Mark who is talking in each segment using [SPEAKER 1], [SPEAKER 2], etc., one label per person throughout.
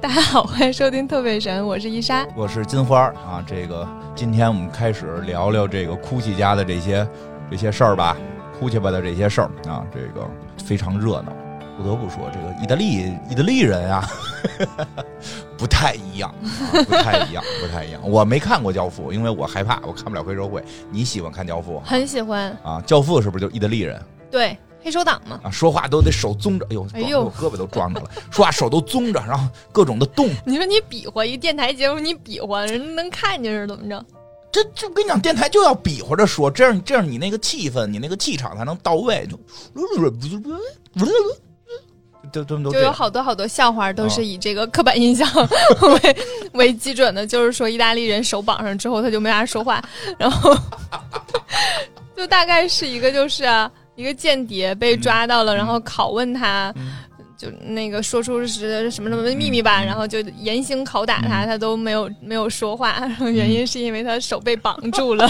[SPEAKER 1] 大家好，欢迎收听特费神，我是伊莎。
[SPEAKER 2] 我是金花儿啊，这个今天我们开始聊聊这个哭泣家的这些这些事儿吧，哭泣吧的这些事儿啊，这个非常热闹。不得不说，这个意大利意大利人啊， 不太一样、啊，不太一样， 不太一样。我没看过《教父》，因为我害怕，我看不了黑社会。你喜欢看《教父
[SPEAKER 1] 很喜欢，》
[SPEAKER 2] 啊？《教父》是不是就意大利人
[SPEAKER 1] 对黑手党嘛，
[SPEAKER 2] 啊？说话都得手棕着，哎呦，
[SPEAKER 1] 哎呦
[SPEAKER 2] 我胳膊都撞着了，说话手都棕着，然后各种的动
[SPEAKER 1] 你说你比划一电台节目，你比划人家能看见是怎么着？
[SPEAKER 2] 这就跟你讲，电台就要比划着说，这样这样你那个气氛，你那个气场才能到位。就就这么都
[SPEAKER 1] 就
[SPEAKER 2] 这
[SPEAKER 1] 有
[SPEAKER 2] 样
[SPEAKER 1] 好多好多笑话都
[SPEAKER 2] 啊
[SPEAKER 1] 是以这个刻板印象 为为基准的，就是说意大利人手绑上之后他就没啥说话，然后 就大概是一个就是啊，一个间谍被抓到了，然后拷问他。
[SPEAKER 2] 嗯
[SPEAKER 1] 就那个说出是什么什么秘密吧，
[SPEAKER 2] 嗯嗯嗯
[SPEAKER 1] 然后就严刑拷打他，他都没有没有说话，然后原因是因为他手被绑住 了。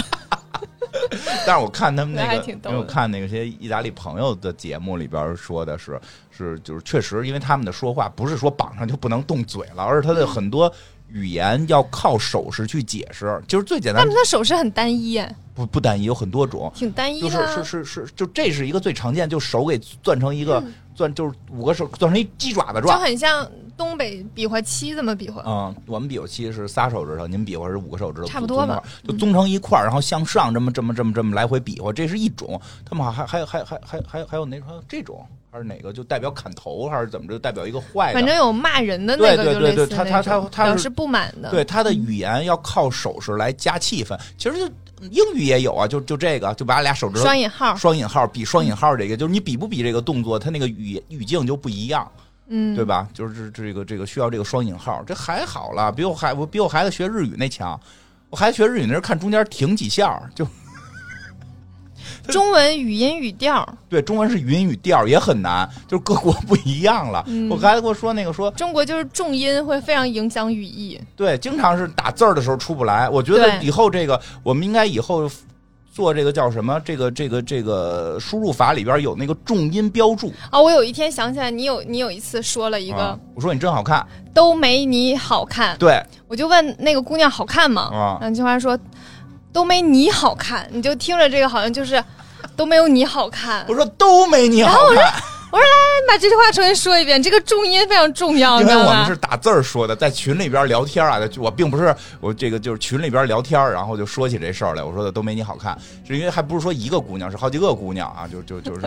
[SPEAKER 2] 但是我看他们那
[SPEAKER 1] 那还
[SPEAKER 2] 个，
[SPEAKER 1] 挺
[SPEAKER 2] 因
[SPEAKER 1] 逗的
[SPEAKER 2] 为我看那些意大利朋友的节目里边说的是，是就是确实，因为他们的说话不是说绑上就不能动嘴了，而是他
[SPEAKER 1] 嗯
[SPEAKER 2] 的很多语言要靠手势去解释，就是最简
[SPEAKER 1] 他
[SPEAKER 2] 单
[SPEAKER 1] 们，的手势很单一，哎
[SPEAKER 2] 不不单一有很多种。
[SPEAKER 1] 挺单一
[SPEAKER 2] 就
[SPEAKER 1] 的
[SPEAKER 2] 是
[SPEAKER 1] 啊。
[SPEAKER 2] 是是是，就这是一个最常见，就手给攥成一个攥，就是五个手攥成一鸡爪子
[SPEAKER 1] 嗯就
[SPEAKER 2] 状，
[SPEAKER 1] 很像东北比划七这么比划，
[SPEAKER 2] 嗯，我们比划七是仨手指头，您比划是五个手指头，
[SPEAKER 1] 差不多吧
[SPEAKER 2] 就综成一块儿，然后向上这么这么这么这么来回比划，这是一种。他们还还还还还还还有哪种这种还是哪个就代表砍头还是怎么着，代表一个坏的。
[SPEAKER 1] 反正有骂人的那个，
[SPEAKER 2] 对对
[SPEAKER 1] 就类
[SPEAKER 2] 对
[SPEAKER 1] 似
[SPEAKER 2] 对他
[SPEAKER 1] 那
[SPEAKER 2] 他
[SPEAKER 1] 种
[SPEAKER 2] 他他是
[SPEAKER 1] 表示不满的。
[SPEAKER 2] 对他的语言要靠手势来加气氛，其实就英语也有啊，就就这个，就把俩手指头
[SPEAKER 1] 双引号，
[SPEAKER 2] 双引号比双引号这个，就是你比不比这个动作，它那个语语境就不一样。
[SPEAKER 1] 嗯，
[SPEAKER 2] 对吧？就是这这个这个需要这个双引号，这还好了，比我孩我比我孩子学日语那强。我孩子学日语那是看中间停几下儿，就
[SPEAKER 1] 中文语音语调，
[SPEAKER 2] 对中文是语音语调儿也很难，就是各国 不一样了。
[SPEAKER 1] 嗯
[SPEAKER 2] 我孩子跟我说那个说，
[SPEAKER 1] 中国就是重音会非常影响语义。
[SPEAKER 2] 对，经常是打字儿的时候出不来。我觉得
[SPEAKER 1] 对
[SPEAKER 2] 以后这个我们应该以后做这个叫什么？这个这个这个输入法里边有那个重音标注
[SPEAKER 1] 啊，我有一天想起来，你有你有一次说了一个、
[SPEAKER 2] 啊。我说你真好看，
[SPEAKER 1] 都没你好看，
[SPEAKER 2] 对
[SPEAKER 1] 我就问那个姑娘好看吗？
[SPEAKER 2] 啊
[SPEAKER 1] 然后金花说都没你好看，你就听着这个好像就是都没有你好看。
[SPEAKER 2] 我说都没你好看，
[SPEAKER 1] 你把这句话重新说一遍，这个重音非常重要，
[SPEAKER 2] 因
[SPEAKER 1] 你
[SPEAKER 2] 为
[SPEAKER 1] 知道
[SPEAKER 2] 我们
[SPEAKER 1] 吗
[SPEAKER 2] 是？打字儿说的，在群里边聊天啊，在我并不是我这个就是群里边聊天儿，然后就说起这事儿来，我说的都没你好看，是因为还不是说一个姑娘，是好几个姑娘啊，就 就就是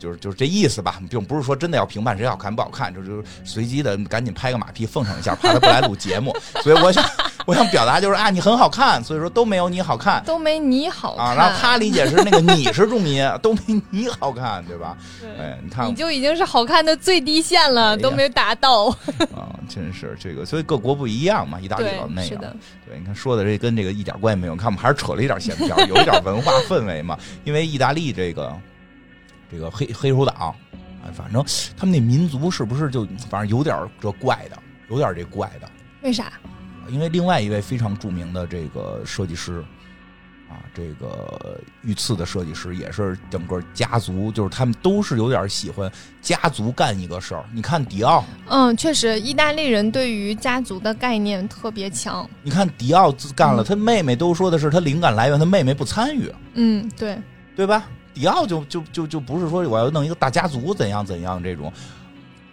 [SPEAKER 2] 就是就是这意思吧，并不是说真的要评判谁好看不好看，就就是随机的赶紧拍个马屁奉承一下，怕他不来录 节目，所以我想我想表达就是啊，你很好看，所以说都没有你好看。
[SPEAKER 1] 都没你好 看。
[SPEAKER 2] 啊，然后他理解是那个你是重音，都没你好看，对吧？哎，你看
[SPEAKER 1] 你就已经是好看的最低限了，
[SPEAKER 2] 哎呀
[SPEAKER 1] 都没达到。
[SPEAKER 2] 啊，真是这个，所以各国不一样嘛，意大利
[SPEAKER 1] 对
[SPEAKER 2] 老，啊那
[SPEAKER 1] 是
[SPEAKER 2] 样。
[SPEAKER 1] 的，
[SPEAKER 2] 对，你看说的这跟这个一点关系没有，你看我们还是扯了一点闲篇儿，有一点文化氛围嘛。因为意大利这个这个黑黑手党，哎，反正他们那民族是不是就反正有点儿这怪的，有点儿这怪的。
[SPEAKER 1] 为啥？
[SPEAKER 2] 因为另外一位非常著名的这个设计师啊，这个御赐的设计师也是整个家族，就是他们都是有点儿喜欢家族干一个事儿。你看迪奥，
[SPEAKER 1] 嗯，确实，意大利人对于家族的概念特别强。
[SPEAKER 2] 你看迪奥自干了，
[SPEAKER 1] 嗯
[SPEAKER 2] 他妹妹都说的是他灵感来源，他妹妹不参与。
[SPEAKER 1] 嗯，对，
[SPEAKER 2] 对吧？迪奥就就就就不是说我要弄一个大家族怎样怎样这种，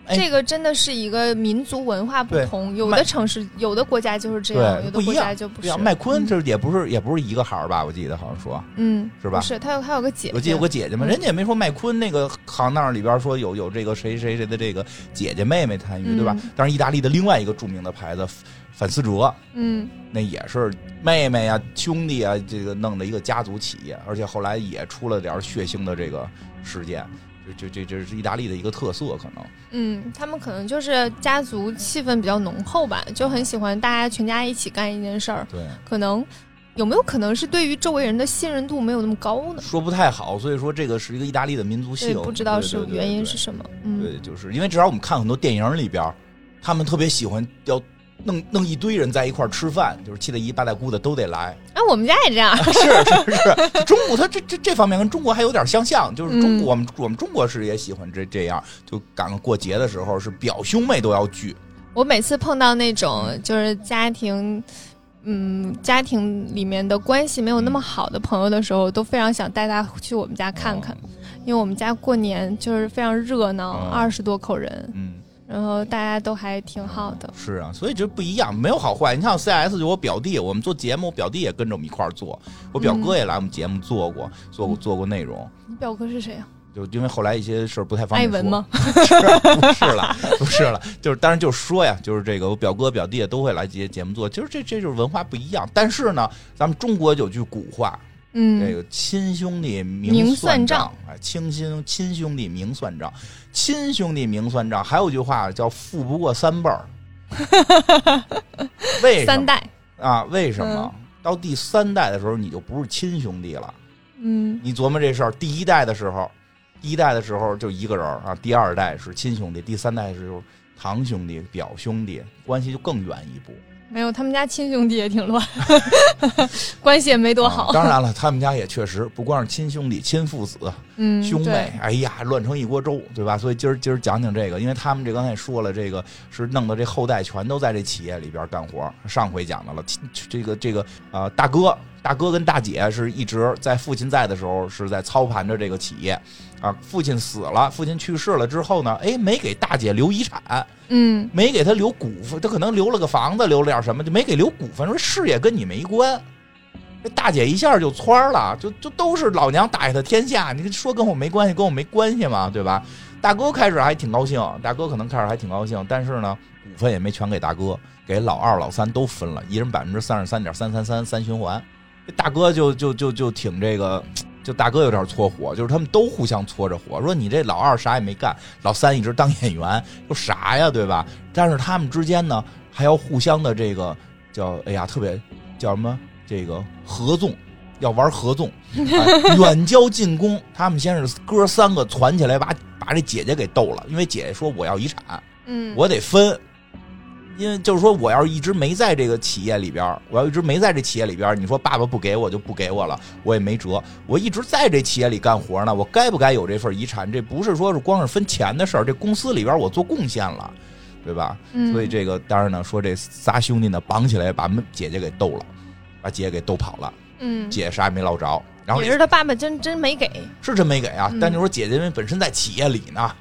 [SPEAKER 2] 哎
[SPEAKER 1] 这个真的是一个民族文化不同，有的
[SPEAKER 2] 麦
[SPEAKER 1] 城市、有的国家就是这样，
[SPEAKER 2] 对
[SPEAKER 1] 有的
[SPEAKER 2] 不一
[SPEAKER 1] 国
[SPEAKER 2] 样
[SPEAKER 1] 家就不
[SPEAKER 2] 对
[SPEAKER 1] 是
[SPEAKER 2] 呀，。麦昆这也不是也不是一个行儿吧？我记得好像说，
[SPEAKER 1] 嗯，
[SPEAKER 2] 是吧
[SPEAKER 1] 不是，他有他有个姐姐，
[SPEAKER 2] 我记得有个姐姐嘛，
[SPEAKER 1] 嗯
[SPEAKER 2] 人家也没说麦昆那个行当里边说有有这个谁谁谁的这个姐姐妹妹参与，对吧
[SPEAKER 1] 嗯？
[SPEAKER 2] 当然，意大利的另外一个著名的牌子反思哲，
[SPEAKER 1] 嗯，
[SPEAKER 2] 那也是妹妹啊、兄弟啊，这个弄的一个家族企业，而且后来也出了点儿血腥的这个事件，这这这这是意大利的一个特色，可能。
[SPEAKER 1] 嗯，他们可能就是家族气氛比较浓厚吧，就很喜欢大家全家一起干一件事儿。
[SPEAKER 2] 对，
[SPEAKER 1] 可能有没有可能是对于周围人的信任度没有那么高呢？
[SPEAKER 2] 说不太好，所以说这个是一个意大利的民族
[SPEAKER 1] 对，
[SPEAKER 2] 性，
[SPEAKER 1] 不知道是
[SPEAKER 2] 对对对
[SPEAKER 1] 原因
[SPEAKER 2] 对
[SPEAKER 1] 是什么。嗯
[SPEAKER 2] 对，就是因为至少我们看很多电影里边，他们特别喜欢要弄弄一堆人在一块儿吃饭，就是七大姨八大姑的都 得来。
[SPEAKER 1] 嗯，啊，我们家也这样。
[SPEAKER 2] 是是是，中国它这这这方面跟中国还有点相像，就是中
[SPEAKER 1] 嗯
[SPEAKER 2] 国、我们我们中国是也喜欢这这样，就赶个过节的时候是表兄妹都要聚，
[SPEAKER 1] 我每次碰到那种就是家庭，嗯，家庭里面的关系没有那么好的朋友的时候，都非常想带他去我们家看看，因为我们家过年就是非常热闹，
[SPEAKER 2] 哦
[SPEAKER 1] 二十多口人，
[SPEAKER 2] 嗯，
[SPEAKER 1] 然后大家都还挺好的。
[SPEAKER 2] 是啊，所以这不一样，没有好坏。你像 CS 就我表弟，我们做节目，我表弟也跟着我们一块儿做，我表哥也来我们节目做过，做
[SPEAKER 1] 嗯
[SPEAKER 2] 过做过内容。
[SPEAKER 1] 你表哥是谁啊？
[SPEAKER 2] 就因为后来一些事儿不太方
[SPEAKER 1] 艾
[SPEAKER 2] 便说。
[SPEAKER 1] 文吗？
[SPEAKER 2] 不是了，不是了，就是当然就是说呀，就是这个我表哥表弟都会来节节目做，就是这这就是文化不一样。但是呢，咱们中国有句古话，这
[SPEAKER 1] 嗯，
[SPEAKER 2] 个亲兄弟
[SPEAKER 1] 明
[SPEAKER 2] 明
[SPEAKER 1] 算
[SPEAKER 2] 算
[SPEAKER 1] 账
[SPEAKER 2] 账，哎，亲亲亲兄弟明算账，亲兄弟明算账。还有句话叫“富不过三辈 儿”，为什
[SPEAKER 1] 三
[SPEAKER 2] 么
[SPEAKER 1] 代。
[SPEAKER 2] 啊？为什么？到第三代的时候，你就不是亲兄弟了。
[SPEAKER 1] 嗯，
[SPEAKER 2] 你琢磨这事儿，第一代的时候，第一代的时候就一个人儿啊，第二代是亲兄弟，第三代是就是堂兄弟、表兄弟，关系就更远一步。
[SPEAKER 1] 没有，他们家亲兄弟也挺乱， 关系也没多好
[SPEAKER 2] 啊。当然了，他们家也确实不光是亲兄弟、亲父子、
[SPEAKER 1] 嗯，
[SPEAKER 2] 兄妹
[SPEAKER 1] 对，，
[SPEAKER 2] 哎呀，乱成一锅粥，对吧？所以今儿今儿讲讲这个，因为他们这刚才也说了，这个是弄的这后代全都在这企业里边干活儿。上回讲到了，亲这个这个呃，大哥大哥跟大姐是一直在父亲在的时候是在操盘着这个企业，啊，父亲死了，父亲去世了之后呢，哎，没给大姐留遗产，
[SPEAKER 1] 嗯
[SPEAKER 2] 没给她留股份，她可能留了个房子，留了点什么，就没给留股份，说事业跟你没关。这大姐一下就窜儿了，就就都是老娘打下的天下，你说跟我没关系，跟我没关系嘛，对吧？大哥开始还挺高兴，大哥可能开始还挺高兴，但是呢，股份也没全给大哥，给老二、老三都分了，一人百分之三十三点三三三三循环。这大哥就就就就挺这个，就大哥有点搓火，就是他们都互相搓着火，说你这老二啥也没干，老三一直当演员，说啥呀，对吧？但是他们之间呢，还要互相的这个叫哎呀，特别叫什么这个合纵，要玩合纵，哎远交近攻。他们先是哥三个攒起来把把这姐姐给斗了，因为姐姐说我要遗产，
[SPEAKER 1] 嗯，
[SPEAKER 2] 我得分。因为就是说，我要是一直没在这个企业里边儿，我要一直没在这企业里边儿，你说爸爸不给我就不给我了，我也没辙。我一直在这企业里干活呢，我该不该有这份遗产？这不是说是光是分钱的事儿，这公司里边儿我做贡献了，对吧？
[SPEAKER 1] 嗯
[SPEAKER 2] 所以这个当然呢，说这仨兄弟呢绑起来把妹姐姐给斗了，把姐姐给斗跑了，
[SPEAKER 1] 嗯，
[SPEAKER 2] 姐啥也没捞着。然后
[SPEAKER 1] 也是他爸爸真真没给，
[SPEAKER 2] 是真没给啊
[SPEAKER 1] 嗯，
[SPEAKER 2] 但就说姐姐因为本身在企业里呢，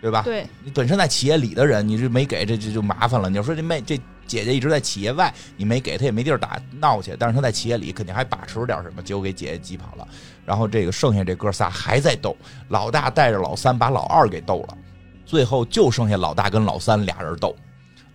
[SPEAKER 2] 对吧？
[SPEAKER 1] 对，
[SPEAKER 2] 你本身在企业里的人，你这没给，这这就麻烦了。你要说这妹这姐姐一直在企业外，你没给她也没地儿打闹去，但是她在企业里肯定还把持着点什么，结果给姐姐挤跑了。然后这个剩下这哥仨还在斗，老大带着老三把老二给斗了，最后就剩下老大跟老三俩人斗。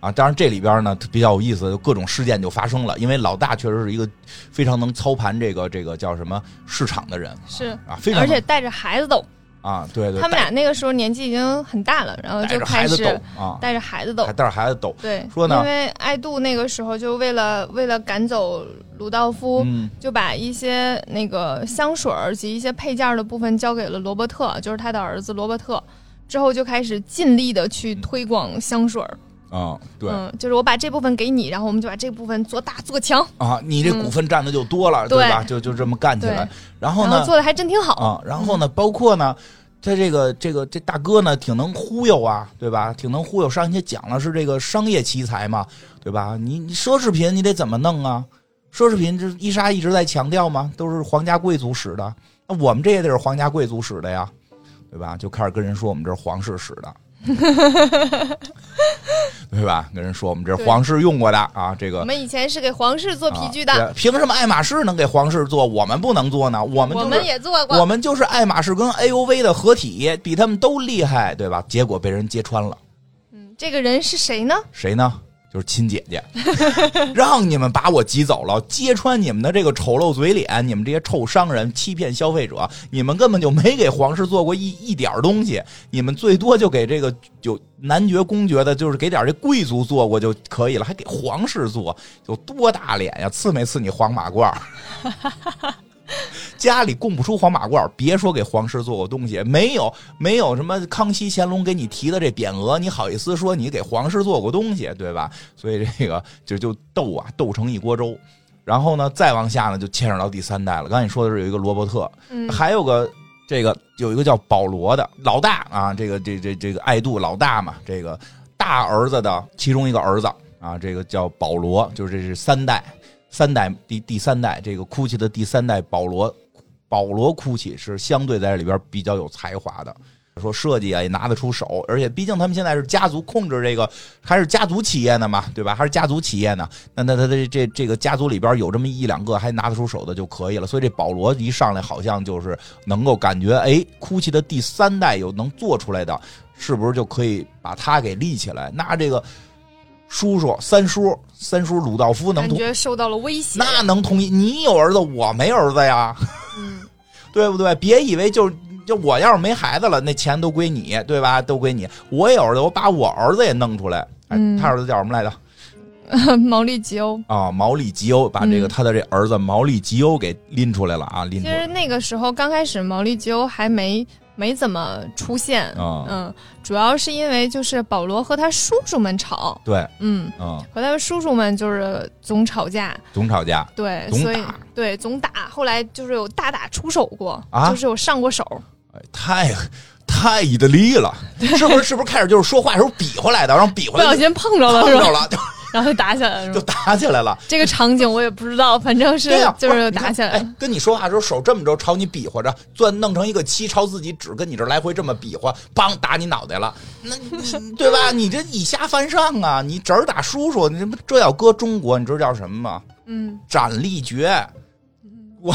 [SPEAKER 2] 啊，当然这里边呢比较有意思，各种事件就发生了。因为老大确实是一个非常能操盘这个这个叫什么市场的人，
[SPEAKER 1] 是，
[SPEAKER 2] 啊，非常
[SPEAKER 1] 而且带着孩子斗，
[SPEAKER 2] 啊，对对，
[SPEAKER 1] 他们俩那个时候年纪已经很大了，然后
[SPEAKER 2] 带
[SPEAKER 1] 就
[SPEAKER 2] 着
[SPEAKER 1] 开
[SPEAKER 2] 孩子
[SPEAKER 1] 始
[SPEAKER 2] 斗啊，
[SPEAKER 1] 带着孩子斗
[SPEAKER 2] 还，带着孩子斗，
[SPEAKER 1] 对，
[SPEAKER 2] 说呢
[SPEAKER 1] 因为爱杜那个时候就为了为了赶走鲁道夫，
[SPEAKER 2] 嗯。
[SPEAKER 1] 就把一些那个香水儿及一些配件儿的部分交给了罗伯特，就是他的儿子罗伯特。之后就开始尽力的去推广香水儿，
[SPEAKER 2] 啊、嗯对、
[SPEAKER 1] 嗯，就是我把这部分给你，然后我们就把这部分做大做强，
[SPEAKER 2] 啊，你这股份占的就多了，
[SPEAKER 1] 嗯对
[SPEAKER 2] 吧？就就这么干起来
[SPEAKER 1] 对，
[SPEAKER 2] 然后
[SPEAKER 1] 然后
[SPEAKER 2] 呢
[SPEAKER 1] 做的还真挺好。
[SPEAKER 2] 啊，然后呢，包括呢。他这个这个这大哥呢，挺能忽悠啊，对吧？挺能忽悠。上一节讲了是这个商业奇才嘛，对吧？你你奢侈品你得怎么弄啊？奢侈品这伊莎一直在强调嘛，都是皇家贵族使的，那我们这也得是皇家贵族使的呀，对吧？就开始跟人说我们这是皇室使 的，对吧？跟人说我们这是
[SPEAKER 1] 对
[SPEAKER 2] 皇室用过的啊，这个
[SPEAKER 1] 我们以前是给皇室做皮具
[SPEAKER 2] 啊
[SPEAKER 1] 的，
[SPEAKER 2] 对凭什么爱马仕能给皇室做，我们不能做呢？我们
[SPEAKER 1] 我
[SPEAKER 2] 就是
[SPEAKER 1] 们也做
[SPEAKER 2] 我
[SPEAKER 1] 过。
[SPEAKER 2] 们就是爱马仕跟 AUV 的合体，比他们都厉害，对吧？结果被人揭穿了，
[SPEAKER 1] 嗯，这个人是谁呢？
[SPEAKER 2] 谁呢？就是亲姐 姐，让你们把我挤走了，揭穿你们的这个丑陋嘴脸，你们这些臭商人欺骗消费者，你们根本就没给皇室做过一一点儿东西，你们最多就给这个有男爵、公爵的，就是给点儿这贵族做过就可以了，还给皇室做，有多大脸呀？刺没刺你黄马褂儿？家里供不出黄马褂儿，别说给皇室做过东西，没有没有什么康熙、乾隆给你提的这匾额，你好意思说你给皇室做过东西，对吧？所以这个就就斗啊，斗成一锅粥。然后呢，再往下呢，就牵扯到第三代了。刚才你说的是有一个罗伯特，
[SPEAKER 1] 嗯，
[SPEAKER 2] 还有个这个有一个叫保罗的老大啊，这个这这这个爱杜老大嘛，这个。大儿子的其中一个儿子啊，这个叫保罗，就是这是三代，三代第第三代，这个哭泣的第三代保罗，保罗哭泣是相对在这里边比较有才华的。说设计啊也拿得出手，而且毕竟他们现在是家族控制这个，还是家族企业呢嘛，对吧？还是家族企业呢？那那他这这这个家族里边有这么一两个还拿得出手的就可以了。所以这保罗一上来好像就是能够感觉，哎，哭泣的第三代有能做出来的，是不是就可以把他给立起来？那这个叔叔三叔三叔鲁道夫能
[SPEAKER 1] 感
[SPEAKER 2] 同
[SPEAKER 1] 觉受到了威胁。
[SPEAKER 2] 那能同意？你有儿子，我没儿子呀。
[SPEAKER 1] 嗯，
[SPEAKER 2] 对不对？别以为就是就我要是没孩子了，那钱都归你，对吧？都归你。我也有儿子，我把我儿子也弄出来。哎
[SPEAKER 1] 嗯，
[SPEAKER 2] 他儿子叫什么来着？
[SPEAKER 1] 毛利吉欧。
[SPEAKER 2] 啊，毛利吉欧把这个
[SPEAKER 1] 嗯
[SPEAKER 2] 他的这儿子毛利吉欧给拎出来了啊，拎
[SPEAKER 1] 其
[SPEAKER 2] 出来
[SPEAKER 1] 实那个时候刚开始，毛利吉欧还没没怎么出现。
[SPEAKER 2] 啊，
[SPEAKER 1] 嗯，主要是因为就是保罗和他叔叔们吵，
[SPEAKER 2] 对，
[SPEAKER 1] 嗯，
[SPEAKER 2] 嗯，
[SPEAKER 1] 和他们叔叔们就是总吵架，
[SPEAKER 2] 总吵架，
[SPEAKER 1] 对，
[SPEAKER 2] 总
[SPEAKER 1] 所以
[SPEAKER 2] 打
[SPEAKER 1] 对总打，后来就是有大打出手过，
[SPEAKER 2] 啊
[SPEAKER 1] 就是有上过手，
[SPEAKER 2] 哎太太意大利了，是不是？是不是开始就是说话时候比划来的，然后比
[SPEAKER 1] 不
[SPEAKER 2] 划
[SPEAKER 1] 小
[SPEAKER 2] 来就
[SPEAKER 1] 心碰着了
[SPEAKER 2] 碰
[SPEAKER 1] 是
[SPEAKER 2] 着
[SPEAKER 1] 吧？
[SPEAKER 2] 了，就
[SPEAKER 1] 然后就打起来了是
[SPEAKER 2] 就
[SPEAKER 1] 吧？
[SPEAKER 2] 打起来了。
[SPEAKER 1] 这个场景我也不知道，反正是
[SPEAKER 2] 对呀、
[SPEAKER 1] 就
[SPEAKER 2] 不
[SPEAKER 1] 是
[SPEAKER 2] 你看
[SPEAKER 1] 打起来了
[SPEAKER 2] 哎。，跟你说话的时候手这么着朝你比划着，钻弄成一个七，朝自己指跟你这儿来回这么比划，梆打你脑袋了。那你对吧？你这以下犯上啊！你侄儿打叔叔，你这不这要搁中国，你知道叫什么吗？
[SPEAKER 1] 嗯，
[SPEAKER 2] 斩立决。我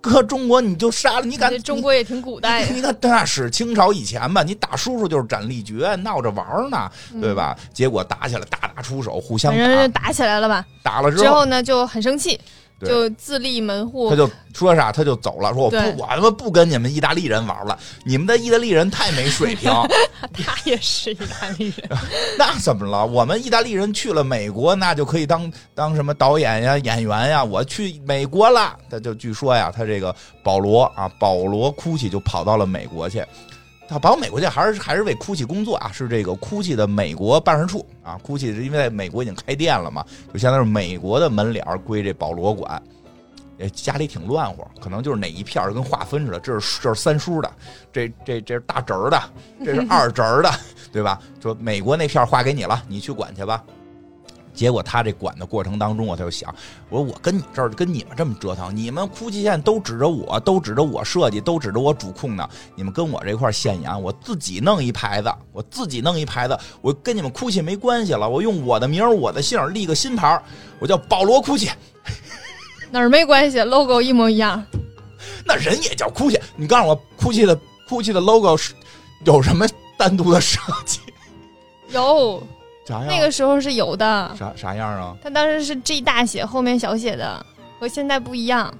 [SPEAKER 2] 搁中国你就杀了，你敢
[SPEAKER 1] 这中国也挺古代
[SPEAKER 2] 你
[SPEAKER 1] 呀，
[SPEAKER 2] 你看，那是清朝以前吧，你打叔叔就是斩立决，闹着玩儿呢，对吧？结果打起来，大打出手，互相
[SPEAKER 1] 嗯反正
[SPEAKER 2] 打
[SPEAKER 1] 是，打起来了吧？
[SPEAKER 2] 打了
[SPEAKER 1] 之后呢就很生气，
[SPEAKER 2] 对
[SPEAKER 1] 就自立门户
[SPEAKER 2] 他。就说啥他就走了，说我不
[SPEAKER 1] 对
[SPEAKER 2] 我他妈不跟你们意大利人玩了，你们的意大利人太没水平，
[SPEAKER 1] 他也是意大利人，
[SPEAKER 2] 那怎么了？我们意大利人去了美国，那就可以当当什么导演呀、演员呀。我去美国了，他就据说呀，他这个保罗啊，保罗哭泣就跑到了美国去。他跑美国去还是还是为哭泣工作啊，是这个哭泣的美国办事处啊，哭泣是因为在美国已经开店了嘛，就相当于是美国的门脸儿归这保罗管。哎，家里挺乱乎，可能就是哪一片儿跟划分似的，这是这是三叔的，这这这是大侄儿的，这是二侄儿的， 对吧？说美国那片儿划给你了，你去管去吧。结果他这管的过程当中啊，我他就想，我说我跟你这儿跟你们这么折腾，你们哭泣现在都指着我，都指着我设计，都指着我主控呢，你们跟我这块儿现眼，我自己弄一牌子，我自己弄一牌子，我跟你们哭泣没关系了，我用我的名儿、我的姓儿立个新牌儿，我叫保罗哭泣，
[SPEAKER 1] 哪儿没关系，logo 一模一样。
[SPEAKER 2] 那人也叫哭泣。你告诉我，哭泣的哭泣的 logo 是有什么单独的设计？
[SPEAKER 1] 有
[SPEAKER 2] 啥样？
[SPEAKER 1] 那个时候是有的，
[SPEAKER 2] 啥啥样啊？
[SPEAKER 1] 他当时是 G 大写后面小写的，和现在不一 样，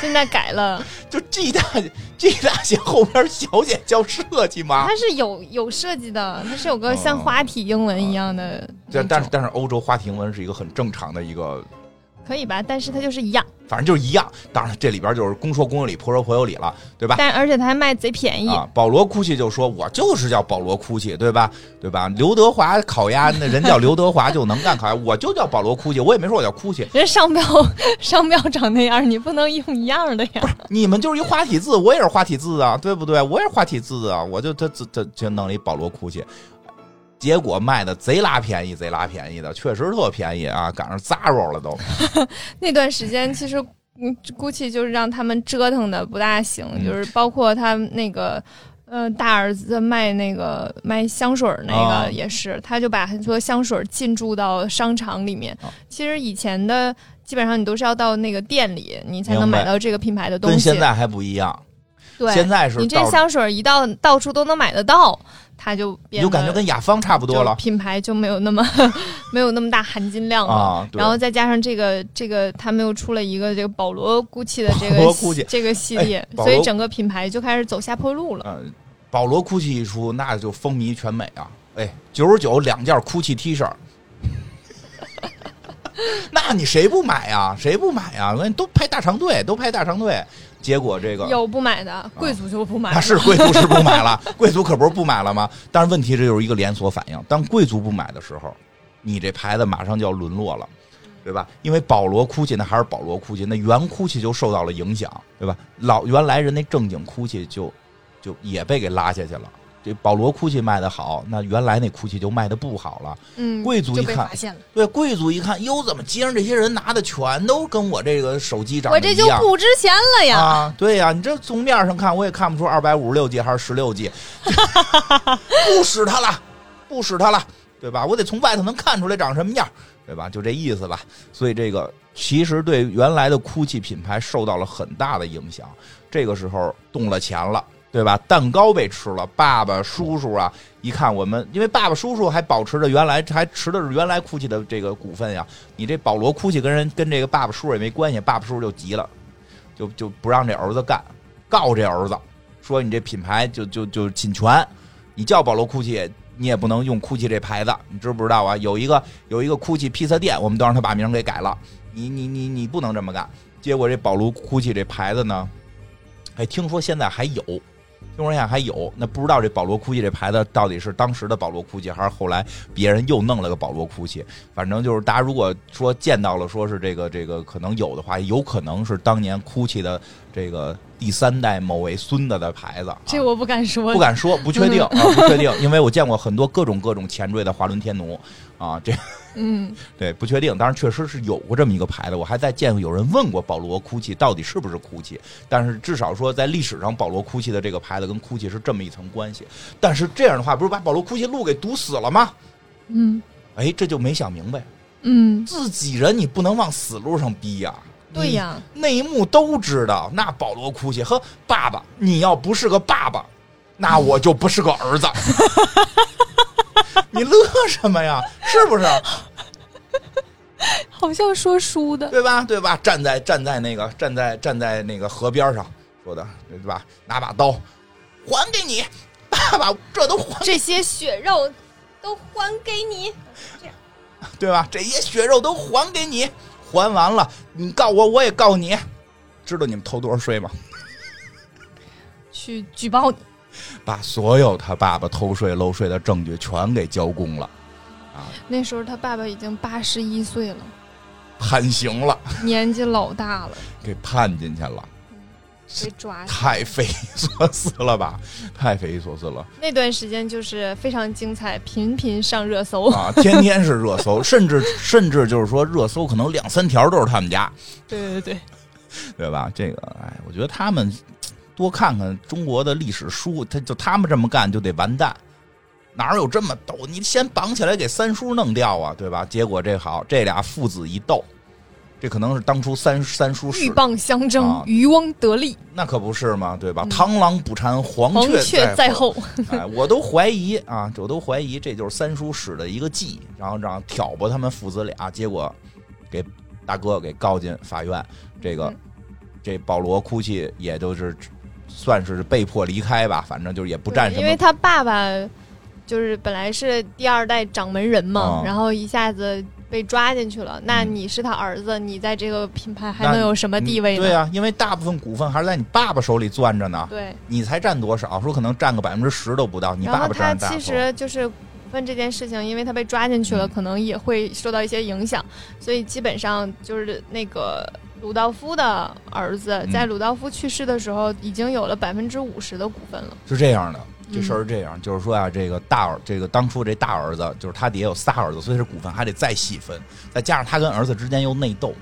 [SPEAKER 1] 现在改了。
[SPEAKER 2] 就 G 大 G 大写后边小写叫设计吗？
[SPEAKER 1] 它是有有设计的，它是有个像花体英文一样的那种，
[SPEAKER 2] 但哦但是但是欧洲花庭文是一个很正常的一个，
[SPEAKER 1] 可以吧？但是它就是一样，
[SPEAKER 2] 反正就是一样。当然这里边就是公说公有理，婆说婆有理了，对吧？
[SPEAKER 1] 但而且它还卖贼便宜。
[SPEAKER 2] 啊，保罗哭泣就说：“我就是叫保罗哭泣，对吧？对吧？刘德华烤鸭，那人叫刘德华就能干烤鸭，我就叫保罗哭泣，我也没说我叫哭泣。
[SPEAKER 1] 人商 标商标长那样，你不能用一样的呀。
[SPEAKER 2] 你们就是一花体字，我也是花体字啊，对不对？我也是花体字啊，我就他这这就弄了一保罗哭泣，结果卖的贼拉便宜，贼拉便宜的，确实特便宜啊，赶上 Zara 了都。”
[SPEAKER 1] 那段时间其实。嗯，GUCCI 就是让他们折腾的不大行，
[SPEAKER 2] 嗯
[SPEAKER 1] 就是包括他那个，呃，大儿子卖那个卖香水儿那
[SPEAKER 2] 啊
[SPEAKER 1] 个也是，他就把很多香水儿进驻到商场里面。
[SPEAKER 2] 啊
[SPEAKER 1] 其实以前的基本上你都是要到那个店里，你才能
[SPEAKER 2] 明白
[SPEAKER 1] 买到这个品牌的东
[SPEAKER 2] 跟
[SPEAKER 1] 西
[SPEAKER 2] 现。在还不一样，现
[SPEAKER 1] 对，
[SPEAKER 2] 在是
[SPEAKER 1] 你这
[SPEAKER 2] 到
[SPEAKER 1] 香水儿一到到处都能买得到，它就
[SPEAKER 2] 你
[SPEAKER 1] 变
[SPEAKER 2] 就
[SPEAKER 1] 得
[SPEAKER 2] 感觉跟雅芳差不多
[SPEAKER 1] 就
[SPEAKER 2] 了
[SPEAKER 1] 品牌就没有那么 没有那么大含金量了。
[SPEAKER 2] 啊。对
[SPEAKER 1] 然后再加上这个这个，他们又出了一个这个保罗 GUCCI 的这
[SPEAKER 2] 保
[SPEAKER 1] 个
[SPEAKER 2] 罗 GUCCI
[SPEAKER 1] 这个系列
[SPEAKER 2] 哎，保
[SPEAKER 1] 所
[SPEAKER 2] 罗
[SPEAKER 1] 以整个品牌就开始走下坡路了。
[SPEAKER 2] 呃，保罗哭泣一出，那就风靡全美啊！哎，九十九两件哭泣 T 恤 儿，那你谁不买呀？谁不买呀？我都排大长队，都排大长队。结果这个
[SPEAKER 1] 有不买的，贵族就不 买
[SPEAKER 2] 那
[SPEAKER 1] 了。
[SPEAKER 2] 啊是贵族是不买了， 贵族可不是不买了吗？但是问题这就是一个连锁反应，当贵族不买的时候，你这牌子马上就要沦落了。对吧？因为保罗哭泣，那还是保罗哭泣，那原哭泣就受到了影响，对吧？老原来人那正经哭泣就就也被给拉下去了，这保罗哭泣卖的好，那原来那哭泣就卖的不好了。
[SPEAKER 1] 嗯，
[SPEAKER 2] 贵族
[SPEAKER 1] 就
[SPEAKER 2] 一
[SPEAKER 1] 被
[SPEAKER 2] 看
[SPEAKER 1] 发现了，
[SPEAKER 2] 对，贵族一看，哟，怎么街上这些人拿的全都跟我这个手机长
[SPEAKER 1] 我
[SPEAKER 2] 得一
[SPEAKER 1] 这
[SPEAKER 2] 样？
[SPEAKER 1] 就不值钱了呀。
[SPEAKER 2] 啊，对呀、你这从面上看我也看不出二百五十六 G 还是十六 G，不使它了，不使它了，对吧？我得从外头能看出来长什么样，对吧？就这意思吧。所以这个其实对原来的哭泣品牌受到了很大的影响，这个时候动了钱了。对吧？蛋糕被吃了，爸爸、叔叔啊，一看我们，因为爸爸、叔叔还保持着原来还持的是原来哭泣的这个股份呀。你这保罗哭泣跟人跟这个爸爸、叔叔也没关系，爸爸、叔叔就急了，就就不让这儿子干，告这儿子说你这品牌就就就侵权，你叫保罗哭泣，你也不能用哭泣这牌子，你知不知道啊？有一个有一个哭泣披萨店，我们都让他把名儿给改了，你你你你不能这么干。结果这保罗哭泣这牌子呢，哎，听说现在还有。听说现在还有，那不知道这保罗哭泣这牌子到底是当时的保罗哭泣，还是后来别人又弄了个保罗哭泣。反正就是大家如果说见到了，说是这个这个可能有的话，有可能是当年哭泣的这个第三代某位孙子的牌子、啊。
[SPEAKER 1] 这我不敢说，
[SPEAKER 2] 不敢说，不确定啊，
[SPEAKER 1] 嗯
[SPEAKER 2] 不确定，因为我见过很多各种各种前缀的华伦天奴啊，这
[SPEAKER 1] 嗯，
[SPEAKER 2] 对不确定。当然，确实是有过这么一个牌子，我还在见过有人问过保罗哭泣到底是不是哭泣，但是至少说在历史上，保罗哭泣的这个牌子跟哭泣是这么一层关系。但是这样的话，不是把保罗哭泣路给堵死了吗？
[SPEAKER 1] 嗯，
[SPEAKER 2] 哎，这就没想明白，
[SPEAKER 1] 嗯，
[SPEAKER 2] 自己人你不能往死路上逼呀、嗯
[SPEAKER 1] 对呀、
[SPEAKER 2] 内幕都知道。那保罗哭泣，呵，爸爸，你要不是个爸爸，那我就不是个儿子。 你乐什么呀？是不是？
[SPEAKER 1] 好像说书的，
[SPEAKER 2] 对吧？对吧？站在站在那个站在站在那个河边上说的，对吧？拿把刀，还给你，爸爸，这都还，
[SPEAKER 1] 这些血肉都还给你。
[SPEAKER 2] 对吧？这些血肉都还给你，还完了，你告我，我也告你。知道你们偷多少税吗？
[SPEAKER 1] 去举报你，
[SPEAKER 2] 把所有他爸爸偷税漏税的证据全给交公了，
[SPEAKER 1] 那时候他爸爸已经八十一岁了，
[SPEAKER 2] 判刑了。
[SPEAKER 1] 年纪老大了，
[SPEAKER 2] 给判进去了，
[SPEAKER 1] 被抓。
[SPEAKER 2] 太匪夷所思了吧？太匪夷所思了
[SPEAKER 1] 那段时间就是非常精彩，频频上热搜。
[SPEAKER 2] 啊！天天是热搜， 甚至甚至就是说热搜可能两三条都是他们家，
[SPEAKER 1] 对对对，
[SPEAKER 2] 对吧？这个，哎，我觉得他们多看看中国的历史书，他就他们这么干就得完蛋。哪有这么斗？你先绑起来给三叔弄掉啊，对吧？结果这好，这俩父子一斗，这可能是当初三三叔使
[SPEAKER 1] 鹬蚌相争
[SPEAKER 2] 啊，
[SPEAKER 1] 渔翁得利，
[SPEAKER 2] 那可不是嘛，对吧？
[SPEAKER 1] 嗯
[SPEAKER 2] 螳螂捕蝉，黄
[SPEAKER 1] 黄
[SPEAKER 2] 雀
[SPEAKER 1] 雀
[SPEAKER 2] 在
[SPEAKER 1] 在后。
[SPEAKER 2] 哎，我都怀疑啊，我都怀疑这就是三叔使的一个计，然后让挑拨他们父子俩，结果给大哥给告进法院。这个
[SPEAKER 1] 嗯
[SPEAKER 2] 这保罗哭泣也就是算是被迫离开吧，反正就是也不占
[SPEAKER 1] 对
[SPEAKER 2] 什
[SPEAKER 1] 因为
[SPEAKER 2] 么。
[SPEAKER 1] 他爸爸就是本来是第二代掌门人嘛，
[SPEAKER 2] 啊
[SPEAKER 1] 然后一下子被抓进去了。那
[SPEAKER 2] 嗯
[SPEAKER 1] 你是他儿子，你在这个品牌还
[SPEAKER 2] 那
[SPEAKER 1] 能有什么地位呢？
[SPEAKER 2] 对啊，因为大部分股份还是在你爸爸手里攥着呢，
[SPEAKER 1] 对
[SPEAKER 2] 你才占多少？说可能占个百分之十都不到，你
[SPEAKER 1] 然
[SPEAKER 2] 爸
[SPEAKER 1] 后
[SPEAKER 2] 爸
[SPEAKER 1] 他
[SPEAKER 2] 占大
[SPEAKER 1] 其
[SPEAKER 2] 头。
[SPEAKER 1] 实就是股份这件事情，因为他被抓进去了，
[SPEAKER 2] 嗯
[SPEAKER 1] 可能也会受到一些影响，所以基本上就是那个。鲁道夫的儿子
[SPEAKER 2] 嗯
[SPEAKER 1] 在鲁道夫去世的时候，已经有了百分之五十的股份了。
[SPEAKER 2] 是这样的，这
[SPEAKER 1] 嗯
[SPEAKER 2] 事儿是这样，就是说啊，这个大儿，这个当初这大儿子，就是他底下有仨儿子，所以这股份还得再细分，再加上他跟儿子之间又内斗，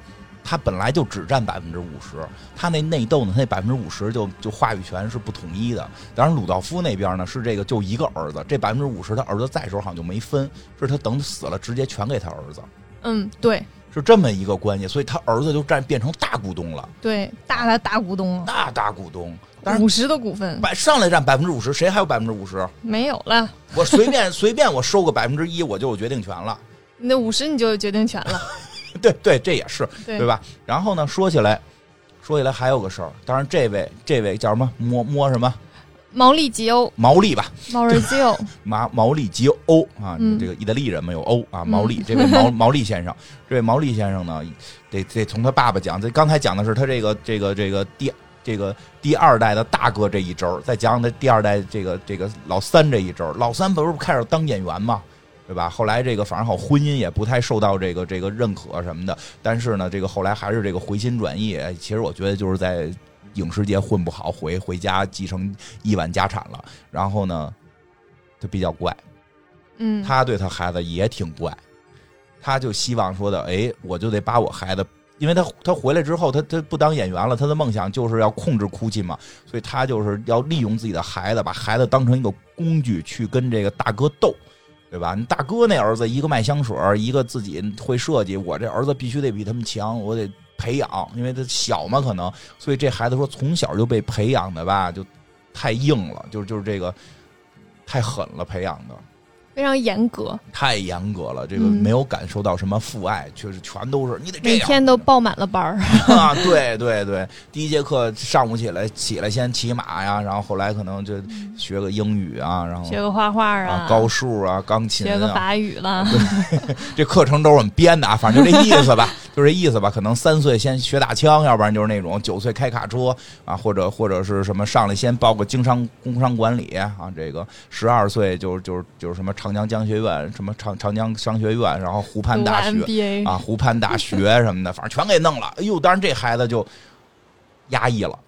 [SPEAKER 2] 他本来就只占百分之五十，他那内斗呢，他那百分之五十就就话语权是不统一的。当然，鲁道夫那边呢是这个就一个儿子，这百分之五十他儿子在时候好像就没分，是他等死了直接全给他儿子，
[SPEAKER 1] 嗯，对
[SPEAKER 2] 是这么一个关系，所以他儿子就占变成大股东了，
[SPEAKER 1] 对，大的大股东了，
[SPEAKER 2] 大大股东。当然
[SPEAKER 1] 五，十的股份
[SPEAKER 2] 百上来占百分之五十，谁还有百分之五十？
[SPEAKER 1] 没有了。
[SPEAKER 2] 我随便随便我收个百分之一，我就有决定权了。
[SPEAKER 1] 那五十你就有决定权了，
[SPEAKER 2] 对对，这也是
[SPEAKER 1] 对
[SPEAKER 2] 对？吧？然后呢，说起来，说起来还有个事儿，当然这位这位叫什么摸摸什么
[SPEAKER 1] 毛利吉欧，
[SPEAKER 2] 毛利吧，
[SPEAKER 1] 毛尔吉欧，
[SPEAKER 2] 毛毛利吉欧啊，
[SPEAKER 1] 嗯
[SPEAKER 2] 这个意大利人嘛有欧啊，毛利这位毛毛利先生，这位毛利先生呢，得得从他爸爸讲，这刚才讲的是他这个这个这个第这个第二代的大哥这一支儿，再讲讲他第二代这个这个老三这一支儿，老三不是开始当演员嘛。对吧？后来这个反正好，婚姻也不太受到这个这个认可什么的。但是呢，这个后来还是这个回心转意。哎其实我觉得就是在影视界混不好，回回家继承亿万家产了。然后呢，他比较怪，
[SPEAKER 1] 嗯，
[SPEAKER 2] 他对他孩子也挺怪，他就希望说的，哎，我就得把我孩子，因为他他回来之后，他他不当演员了，他的梦想就是要控制哭泣嘛，所以他就是要利用自己的孩子，把孩子当成一个工具去跟这个大哥斗。对吧？你大哥那儿子一个卖香水儿，一个自己会设计，我这儿子必须得比他们强，我得培养，因为他小嘛，可能，所以这孩子说从小就被培养的吧，就太硬了，就是就是这个太狠了，培养的。
[SPEAKER 1] 非常严格，
[SPEAKER 2] 太严格了，这个
[SPEAKER 1] 嗯
[SPEAKER 2] 没有感受到什么父爱，确实全都是你得这
[SPEAKER 1] 每
[SPEAKER 2] 样
[SPEAKER 1] 天都报满了班儿。
[SPEAKER 2] 啊！ 对对对，第一节课上午起来起来先骑马呀，然后后来可能就学个英语啊，然后
[SPEAKER 1] 学个画画
[SPEAKER 2] 啊高数啊、钢琴
[SPEAKER 1] 学个
[SPEAKER 2] 啊，
[SPEAKER 1] 法语了，
[SPEAKER 2] 这课程都是我们编的啊，反正就这意思吧，就这意思吧。可能三岁先学打枪，要不然就是那种九岁开卡车啊，或者或者是什么上来先报个经商工商管理啊，这个十二岁就就就是什么长江江学院，什么长长江商学院，然后湖畔
[SPEAKER 1] 读
[SPEAKER 2] 大学
[SPEAKER 1] MBA，、
[SPEAKER 2] 啊，湖畔大学什么的，反正全给弄了。哎呦，当然这孩子就压抑了，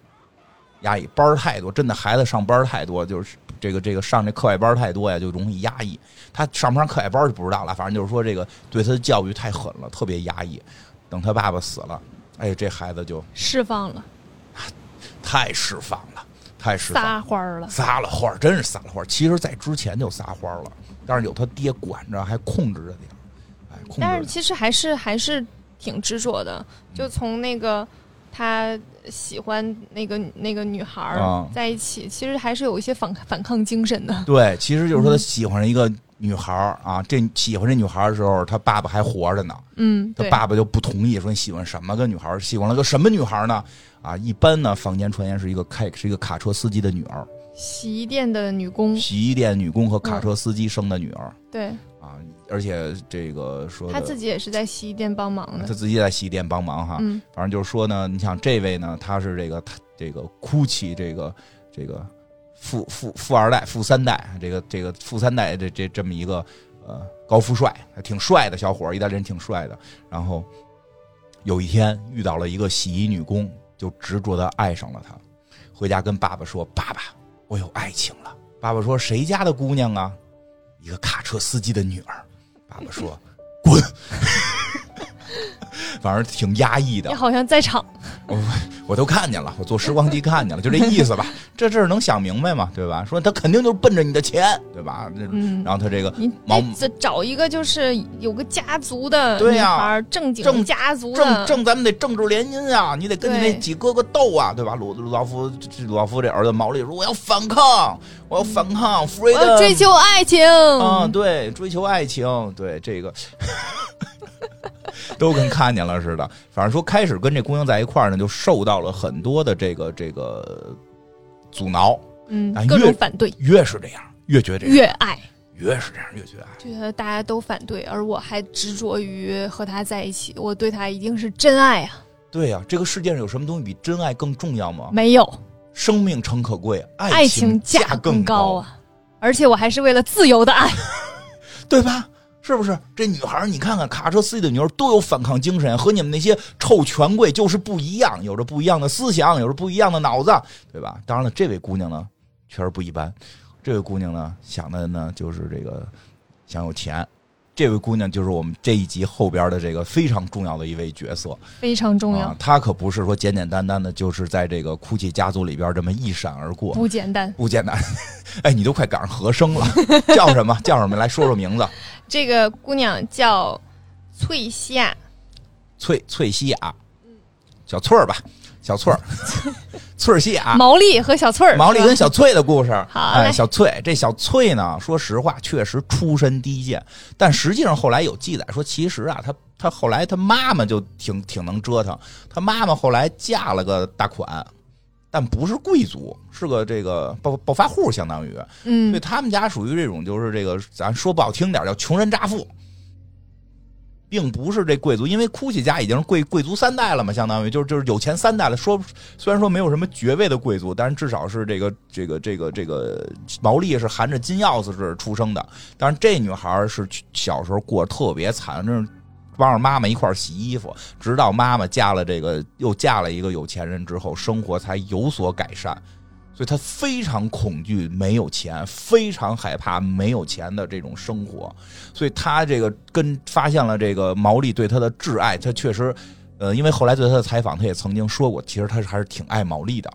[SPEAKER 2] 压抑班儿太多，真的孩子上班儿太多，就是这个这个上这课外班儿太多呀，就容易压抑。他上不上课外班儿就不知道了，反正就是说这个对他的教育太狠了，特别压抑。等他爸爸死了，哎，这孩子就
[SPEAKER 1] 释放了，
[SPEAKER 2] 太释放了，太释放了。
[SPEAKER 1] 撒欢儿了，
[SPEAKER 2] 撒了欢儿，真是撒了欢儿。其实，在之前就撒欢儿了，但是有他爹管着，还控制着点儿，哎，控制着
[SPEAKER 1] 但是
[SPEAKER 2] 点儿。
[SPEAKER 1] 其实还是还是挺执着的，
[SPEAKER 2] 嗯
[SPEAKER 1] 就从那个他喜欢那个那个女孩
[SPEAKER 2] 啊
[SPEAKER 1] 儿在一起，其实还是有一些反反抗精神的。
[SPEAKER 2] 对，其实
[SPEAKER 1] 嗯
[SPEAKER 2] 就是说他喜欢上一个女孩儿啊，这喜欢这女孩儿的时候，他爸爸还活着呢，
[SPEAKER 1] 嗯，
[SPEAKER 2] 他
[SPEAKER 1] 对，
[SPEAKER 2] 爸爸就不同意，说你喜欢什么个女孩儿？喜欢了个什么女孩儿呢？啊，一般呢，坊间传言是一个开是一个卡车司机的女儿，
[SPEAKER 1] 洗衣店的女工，
[SPEAKER 2] 洗衣店女工和
[SPEAKER 1] 嗯
[SPEAKER 2] 卡车司机生的女儿
[SPEAKER 1] 对
[SPEAKER 2] 啊，而且这个说的
[SPEAKER 1] 他自己也是在洗衣店帮忙
[SPEAKER 2] 啊他
[SPEAKER 1] 的。
[SPEAKER 2] 自己也在洗衣店帮忙哈，
[SPEAKER 1] 嗯，
[SPEAKER 2] 反正就是说呢，你想这位呢，他是这个他这个哭泣这个这个富富富二代、富三代，这个这个富三代这这这么一个呃高富帅，还挺帅的小伙儿，意大利人挺帅的。然后有一天遇到了一个洗衣女工，就执着的爱上了她，回家跟爸爸说：“爸爸，我有爱情了。”爸爸说：“谁家的姑娘啊？”一个卡车司机的女儿。爸爸说：“滚！” 反正挺压抑的
[SPEAKER 1] 你，好像在场，
[SPEAKER 2] 我都看见了，我坐时光机看见了，就这意思吧。这事儿能想明白吗？对吧？说他肯定就是奔着你的钱，对吧？那
[SPEAKER 1] 嗯
[SPEAKER 2] 然后他这个
[SPEAKER 1] 你
[SPEAKER 2] 毛
[SPEAKER 1] 得找找一个就是有个家族的
[SPEAKER 2] 对
[SPEAKER 1] 女
[SPEAKER 2] 呀
[SPEAKER 1] 孩儿，正经
[SPEAKER 2] 正
[SPEAKER 1] 家族
[SPEAKER 2] 政
[SPEAKER 1] 的，
[SPEAKER 2] 政，咱们得政治联姻啊！你得跟你那
[SPEAKER 1] 对
[SPEAKER 2] 几哥哥斗啊，对吧？鲁鲁道夫，这鲁道夫这儿子毛利说：“我要反抗，我要反抗，f r e
[SPEAKER 1] 嗯我
[SPEAKER 2] e d o
[SPEAKER 1] 要追求爱情。
[SPEAKER 2] 啊，对，追求爱情，对这个 都跟看见了似的。反正说开始跟这姑娘在一块儿呢，就受到了很多的这个这个阻挠，
[SPEAKER 1] 嗯
[SPEAKER 2] 啊，
[SPEAKER 1] 各
[SPEAKER 2] 越
[SPEAKER 1] 种反对，
[SPEAKER 2] 越是这样，越觉得这样，
[SPEAKER 1] 越爱，
[SPEAKER 2] 越是这样，越觉得爱。
[SPEAKER 1] 觉得大家都反对，而我还执着于和他在一起，我对他一定是真爱啊！
[SPEAKER 2] 对呀、这个世界上有什么东西比真爱更重要吗？
[SPEAKER 1] 没有，
[SPEAKER 2] 生命诚可贵，
[SPEAKER 1] 爱
[SPEAKER 2] 啊情
[SPEAKER 1] 价
[SPEAKER 2] 更
[SPEAKER 1] 高，啊！而且我还是为了自由的爱，
[SPEAKER 2] 对吧？是不是？这女孩儿，你看看卡车司机的女儿都有反抗精神，啊和你们那些臭权贵就是不一样，有着不一样的思想，有着不一样的脑子，对吧？当然了，这位姑娘呢，确实不一般。这位姑娘呢，想的呢就是这个想有钱。这位姑娘就是我们这一集后边的这个非常重要的一位角色，
[SPEAKER 1] 非常重要，
[SPEAKER 2] 啊，她可不是说简简单单的，就是在这个哭泣家族里边这么一闪而过，
[SPEAKER 1] 不简单。
[SPEAKER 2] 不简单。 哎，你都快赶上和声了，叫什么？叫什么？来说说名字。
[SPEAKER 1] 这个姑娘叫翠夏，
[SPEAKER 2] 翠翠西雅，啊小翠儿吧，小翠儿，翠儿西雅，
[SPEAKER 1] 毛利和小翠儿，
[SPEAKER 2] 啊毛利
[SPEAKER 1] 是吧
[SPEAKER 2] 跟小翠的故事。
[SPEAKER 1] 好嘞
[SPEAKER 2] 哎，小翠，这小翠呢，说实话确实出身低贱，但实际上后来有记载说，其实啊，她她后来她妈妈就挺挺能折腾，她妈妈后来嫁了个大款。但不是贵族，是个这个暴暴发户，相当于，所以
[SPEAKER 1] 嗯，
[SPEAKER 2] 他们家属于这种就是这个，咱说不好听点儿叫穷人乍富，并不是这贵族，因为哭泣家已经是贵贵族三代了嘛，相当于就是就是有钱三代了。说虽然说没有什么爵位的贵族，但是至少是这个这个这个这个毛利是含着金钥匙是出生的。但是这女孩儿是小时候过得特别惨，真是帮着妈妈一块儿洗衣服，直到妈妈嫁了这个又嫁了一个有钱人之后，生活才有所改善。所所以他非常恐惧没有钱，非常害怕没有钱的这种生活，所以他这个跟发现了这个毛利对他的挚爱，他确实，呃，因为后来对他的采访，他也曾经说过，其实他是还是挺爱毛利的。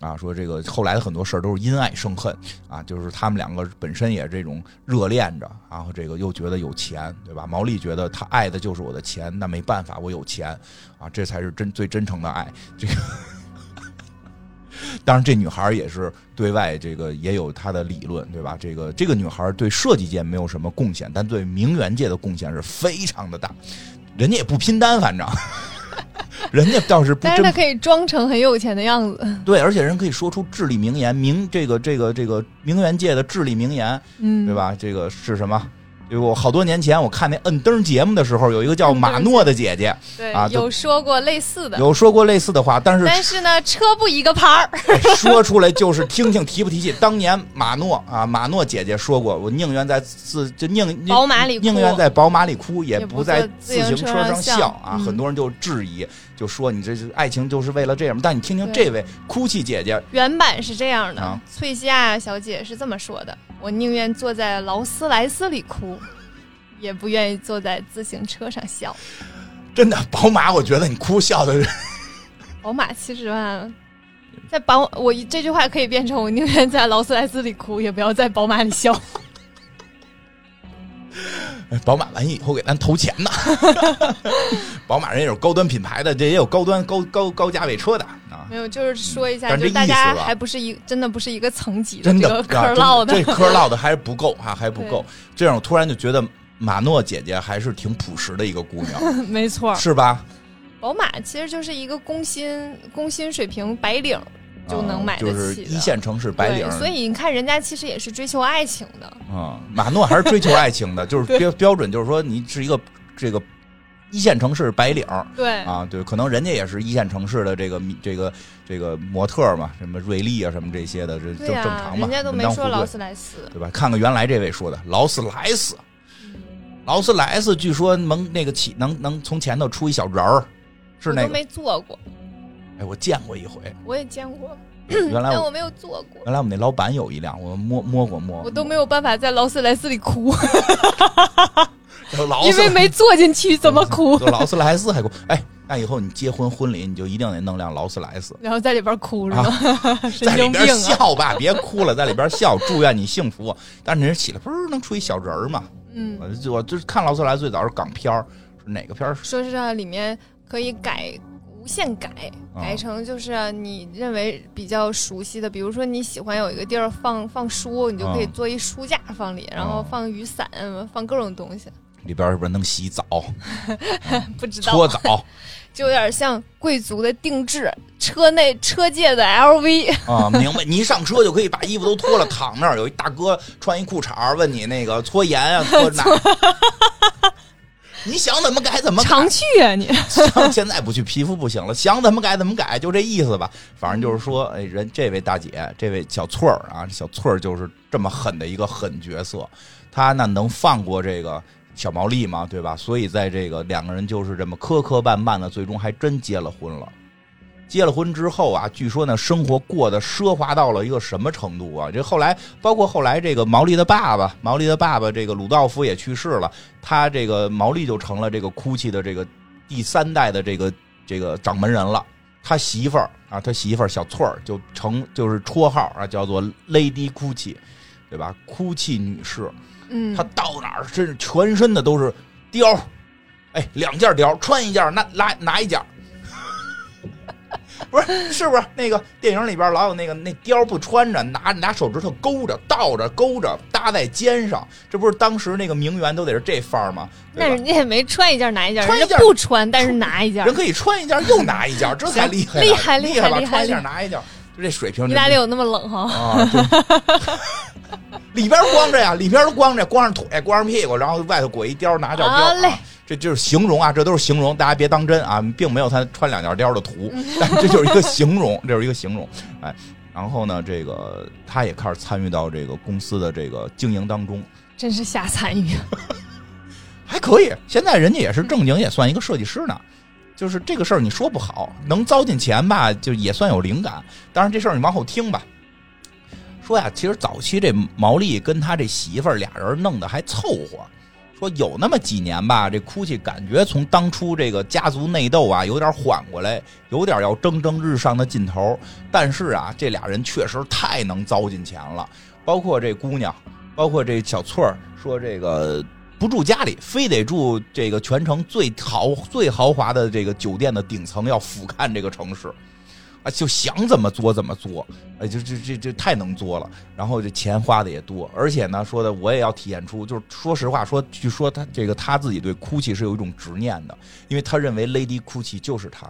[SPEAKER 2] 啊，说这个后来的很多事儿都是因爱生恨啊，就是他们两个本身也这种热恋着，然后这个又觉得有钱，对吧？毛利觉得他爱的就是我的钱，那没办法，我有钱啊，这才是真最真诚的爱。这个，当然这女孩儿也是对外这个也有她的理论，对吧？这个这个女孩儿对设计界没有什么贡献，但对名媛界的贡献是非常的大，人家也不拼单，反正。 人家倒是不
[SPEAKER 1] 但
[SPEAKER 2] 真
[SPEAKER 1] 是他可以装成很有钱的样子，
[SPEAKER 2] 对，而且人可以说出至理名言，名这个这个这个名媛界的至理名言，
[SPEAKER 1] 嗯，
[SPEAKER 2] 对？吧？这个是什么？因为我好多年前我看那摁灯节目的时候，有一个叫马诺的姐姐
[SPEAKER 1] 对，
[SPEAKER 2] 啊就
[SPEAKER 1] 有说过类似的，
[SPEAKER 2] 有说过类似的话，但是哎
[SPEAKER 1] 但是呢，车不一个牌儿，
[SPEAKER 2] 说出来就是听听提不提气。当年马诺啊，马诺姐姐说过，我宁愿在自就宁宁
[SPEAKER 1] 宝马里哭
[SPEAKER 2] 宁愿在宝马里哭，也
[SPEAKER 1] 也不
[SPEAKER 2] 不在
[SPEAKER 1] 坐自
[SPEAKER 2] 自
[SPEAKER 1] 行
[SPEAKER 2] 行
[SPEAKER 1] 车
[SPEAKER 2] 车
[SPEAKER 1] 上
[SPEAKER 2] 上
[SPEAKER 1] 笑
[SPEAKER 2] 笑啊。
[SPEAKER 1] 嗯
[SPEAKER 2] 很多人就质疑，就说你这是爱情就是为了这样。但你听听
[SPEAKER 1] 对
[SPEAKER 2] 这位哭泣姐姐，
[SPEAKER 1] 原版是这样的，
[SPEAKER 2] 啊
[SPEAKER 1] 翠西亚小姐是这么说的：“我宁愿坐在劳斯莱斯里哭，也不愿意坐在自行车上笑。
[SPEAKER 2] 真的宝马，我觉得你哭笑的人
[SPEAKER 1] 宝马七十万，在宝我这句话可以变成我宁愿在劳斯莱斯里哭，也不要在宝马里 笑。
[SPEAKER 2] 哎宝马完以后给咱投钱 呢。宝马人也有高端品牌的，这也有高端高高高价位车的啊。
[SPEAKER 1] 没有，就是说一下，
[SPEAKER 2] 但
[SPEAKER 1] 就是是
[SPEAKER 2] 这
[SPEAKER 1] 大
[SPEAKER 2] 意思
[SPEAKER 1] 家
[SPEAKER 2] 吧
[SPEAKER 1] 还不是一真的不是一个层级
[SPEAKER 2] 真
[SPEAKER 1] 这
[SPEAKER 2] 的
[SPEAKER 1] 个嗑
[SPEAKER 2] 啊真
[SPEAKER 1] 唠的。
[SPEAKER 2] 这嗑唠的还是不够哈、还不够。这样我突然就觉得马诺姐姐还是挺朴实的一个 姑娘，
[SPEAKER 1] 没错儿，
[SPEAKER 2] 是吧？
[SPEAKER 1] 宝马其实就是一个工薪工薪水平白领就能买
[SPEAKER 2] 啊
[SPEAKER 1] 得
[SPEAKER 2] 就是
[SPEAKER 1] 起的。
[SPEAKER 2] 一线城市白领
[SPEAKER 1] 对，，所以你看，人家其实也是追求爱情的，
[SPEAKER 2] 嗯，马诺还是追求爱 情的，就是标标准，就是说你是一个这个一线城市白领，
[SPEAKER 1] 对，
[SPEAKER 2] 啊，对，可能人家也是一线城市的这个米这个这个模特儿嘛，什么瑞丽啊，什么这些的，这正
[SPEAKER 1] 对呀、
[SPEAKER 2] 正常嘛，
[SPEAKER 1] 人家都
[SPEAKER 2] 门
[SPEAKER 1] 没
[SPEAKER 2] 当
[SPEAKER 1] 说
[SPEAKER 2] 户
[SPEAKER 1] 劳
[SPEAKER 2] 对
[SPEAKER 1] 斯莱斯，
[SPEAKER 2] 对吧？看看原来这位说的劳斯莱斯，
[SPEAKER 1] 嗯
[SPEAKER 2] 劳斯莱斯据说能那个起能能从前头出一小人儿，是
[SPEAKER 1] 我
[SPEAKER 2] 那
[SPEAKER 1] 都
[SPEAKER 2] 个？
[SPEAKER 1] 没坐过，
[SPEAKER 2] 哎，我见 过一回，
[SPEAKER 1] 我也见过，
[SPEAKER 2] 原来
[SPEAKER 1] 但
[SPEAKER 2] 我嗯
[SPEAKER 1] 我没有坐过，
[SPEAKER 2] 原来我们那老板有一辆，我摸摸过摸，
[SPEAKER 1] 我都没有办法在劳斯莱斯里哭，
[SPEAKER 2] 有劳
[SPEAKER 1] 因
[SPEAKER 2] 斯
[SPEAKER 1] 为没坐进去，怎么
[SPEAKER 2] 嗯
[SPEAKER 1] 哭？
[SPEAKER 2] 有劳斯莱斯还过，哎，那以后你结婚婚礼你就一定得弄辆劳斯莱斯。
[SPEAKER 1] 然后在里边哭是
[SPEAKER 2] 啊
[SPEAKER 1] 吗？神
[SPEAKER 2] 在里
[SPEAKER 1] 经病
[SPEAKER 2] 边
[SPEAKER 1] 啊！
[SPEAKER 2] 笑吧，别哭了，在里边笑，祝愿你幸福。但是人起来，不是能出一小人儿嘛？
[SPEAKER 1] 嗯，
[SPEAKER 2] 我就我就是看劳斯莱斯最早是港片儿，是哪个片儿？
[SPEAKER 1] 说是啊里面可以改。无限改，
[SPEAKER 2] 啊
[SPEAKER 1] 改成就是啊你认为比较熟悉的，比如说你喜欢有一个地儿放放书，你就可以
[SPEAKER 2] 啊
[SPEAKER 1] 做一书架放里，然后放雨伞，放各种东西。
[SPEAKER 2] 里边是不是能洗澡、
[SPEAKER 1] 不知道
[SPEAKER 2] 搓澡
[SPEAKER 1] 就有点像贵族的定制，车内车界的 LV，
[SPEAKER 2] 啊？明白？你一上车就可以把衣服都脱了，躺那儿有一大哥穿一裤衩儿，问你那个搓盐啊，搓哪儿？你想怎么改怎么改。
[SPEAKER 1] 常去啊 你！
[SPEAKER 2] 想现在不去，皮肤不行了，想怎么改怎么改，就这意思吧。反正就是说，哎，人这位大姐，这位小翠儿啊，小翠儿就是这么狠的一个狠角色，她那能放过这个小毛利吗？对吧？所以在这个两个人就是这么磕磕绊绊的，最终还真结了婚了。结了婚之后啊，据说呢，生活过得奢华到了一个什么程度啊？这后来，包括后来这个毛利的爸爸，毛利的爸爸这个鲁道夫也去世了，他这个毛利就成了这个哭泣的这个第三代的这个这个掌门人了。他媳妇儿啊，他媳妇儿小翠儿就成就是绰号啊，叫做 Lady 哭泣，对吧？哭泣女士，
[SPEAKER 1] 嗯
[SPEAKER 2] 她，到哪儿身上全身的都是貂儿，哎，两件貂儿穿一件，拿拿拿一件儿。 不是，是不是那个电影里边老有那个那貂儿不穿着，拿拿手指头勾着、倒着、勾着搭在肩上，这不是当时那个名媛都得是这范儿吗？对
[SPEAKER 1] 那
[SPEAKER 2] 吧
[SPEAKER 1] 人家也没穿一件拿一件，
[SPEAKER 2] 穿一
[SPEAKER 1] 人
[SPEAKER 2] 件
[SPEAKER 1] 家不穿，但是拿一件
[SPEAKER 2] 人。可以穿一件又拿 一件，这才厉害呢，啊
[SPEAKER 1] 厉害
[SPEAKER 2] 厉
[SPEAKER 1] 厉害
[SPEAKER 2] 吧？
[SPEAKER 1] 厉害
[SPEAKER 2] 穿一
[SPEAKER 1] 厉
[SPEAKER 2] 件
[SPEAKER 1] 害
[SPEAKER 2] 拿一件，就这水平。
[SPEAKER 1] 意大利有那么冷哈？
[SPEAKER 2] 啊，对里边光着呀，里边都光着，光上腿，光上屁股，然后外头裹一貂，拿件貂、
[SPEAKER 1] 好嘞
[SPEAKER 2] 啊，这就是形容啊，这都是形容，大家别当真啊，并没有他穿两件貂 的图，但这就是一个形容，这是一个形容，哎。然后呢，这个他也开始参与到这个公司的这个经营当中，
[SPEAKER 1] 真是瞎参与。
[SPEAKER 2] 还可以。现在人家也是正经，也算一个设计师呢。就是这个事儿，你说不好，能糟践钱吧，就也算有灵感。当然这事儿你往后听吧。说呀，其实早期这毛利跟他这媳妇儿俩人弄得还凑合。说有那么几年吧，这哭泣感觉从当初这个家族内斗啊，有点缓过来，有点要蒸蒸日上的劲头。但是啊，这俩人确实太能糟践钱了，包括这姑娘，包括这小翠儿，说这个不住家里，非得住这个全城最豪最豪华的这个酒店的顶层，要俯瞰这个城市。啊，就想怎么作怎么作，哎，就这这这太能作了。然后这钱花的也多，而且呢，说的我也要体现出，就是说实话，说据说他这个他自己对 GUCCI 是有一种执念的，因为他认为 Lady GUCCI 就是他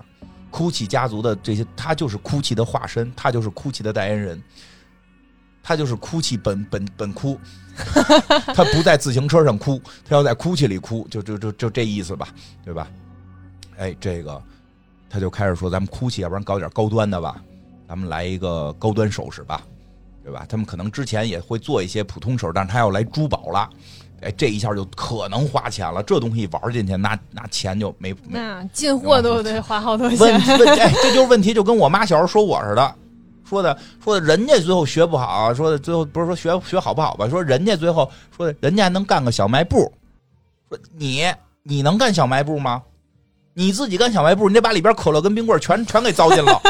[SPEAKER 2] ，GUCCI 家族的这些，他就是 GUCCI 的化身，他就是 GUCCI 的代言人，他就是 GUCCI 本本本哭，他不在自行车上哭，他要在 GUCCI 里哭，就就就就这意思吧，对吧？哎，这个。他就开始说：“咱们 GUCCI，要不然搞点高端的吧，咱们来一个高端首饰吧，对吧？他们可能之前也会做一些普通首饰，但是他要来珠宝了，哎，这一下就可能花钱了。这东西玩进去，那那钱就没没
[SPEAKER 1] 那进货都得花好多
[SPEAKER 2] 问
[SPEAKER 1] 钱。
[SPEAKER 2] 问，哎，这就是问题，就跟我妈小时候说我似的，说的说的，人家最后学不好，说的最后不是说学学好不好吧，说人家最后说的人家还能干个小卖部，说你你能干小卖部吗？你自己干小卖部，你得把里边可乐跟冰棍儿全全给糟践了。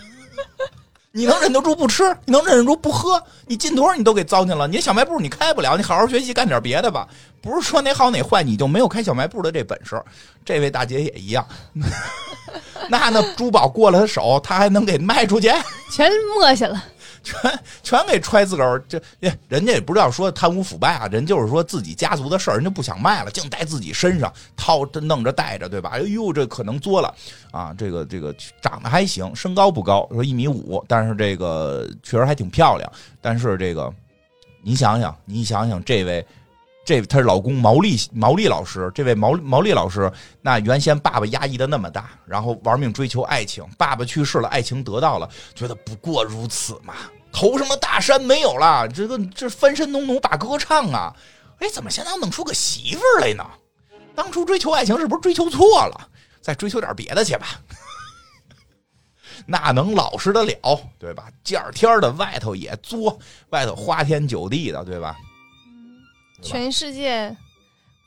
[SPEAKER 2] 你能忍得住不吃，你能忍得住不喝，你进多少你都给糟践了。你这小卖部你开不了，你好好学习干点别的吧。不是说哪好哪坏，你就没有开小卖部的这本事。这位大姐也一样，那那珠宝过了他手，他还能给卖出去，
[SPEAKER 1] 全磨下了，
[SPEAKER 2] 全全给揣自个儿。这哎人家也不知道说贪污腐败啊，人就是说自己家族的事儿，人就不想卖了，净带自己身上掏着弄着带着，对吧？哎呦，这可能作了啊！这个这个长得还行，身高不高，说一米五，但是这个确实还挺漂亮。但是这个你想想，你想想这位。这她老公毛利毛利老师，这位毛毛利老师，那原先爸爸压抑的那么大，然后玩命追求爱情，爸爸去世了，爱情得到了，觉得不过如此嘛，头上的大山没有了，这个这翻身农奴把歌唱啊，哎，怎么现在弄出个媳妇儿来呢？当初追求爱情是不是追求错了？再追求点别的去吧。 那能老实得了，对吧？第二天的外头也作，外头花天酒地的，对吧？对吧
[SPEAKER 1] 全世界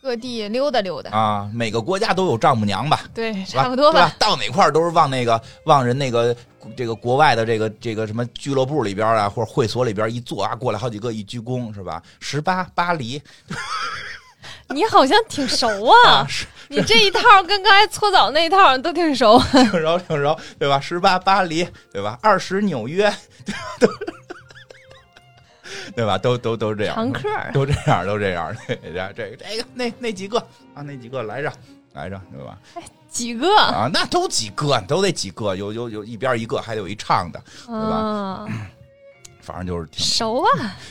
[SPEAKER 1] 各地溜达溜达，
[SPEAKER 2] 啊，每个国家都有丈母娘吧，
[SPEAKER 1] 对，
[SPEAKER 2] 是吧
[SPEAKER 1] 差不多
[SPEAKER 2] 对
[SPEAKER 1] 吧。
[SPEAKER 2] 吧？到哪块儿都是往那个往人那个这个国外的这个这个什么俱乐部里边啊，或者会所里边一坐啊，过来好几个一鞠躬是吧？十八巴黎
[SPEAKER 1] 你好像挺熟 啊，
[SPEAKER 2] 是
[SPEAKER 1] 你这一套跟刚才搓澡那一套都挺 熟。
[SPEAKER 2] 挺柔挺柔，对吧？十八巴黎对吧？二十纽约， 对吧？都都都是这样，
[SPEAKER 1] 常客儿
[SPEAKER 2] 都这样都这样，这这个这个那那几个啊，那几个来着来着对吧？
[SPEAKER 1] 几个？
[SPEAKER 2] 啊，那都几个都得几个，有有有一边一个，还得有一唱的，吧
[SPEAKER 1] 啊，
[SPEAKER 2] 反正就是挺
[SPEAKER 1] 熟啊，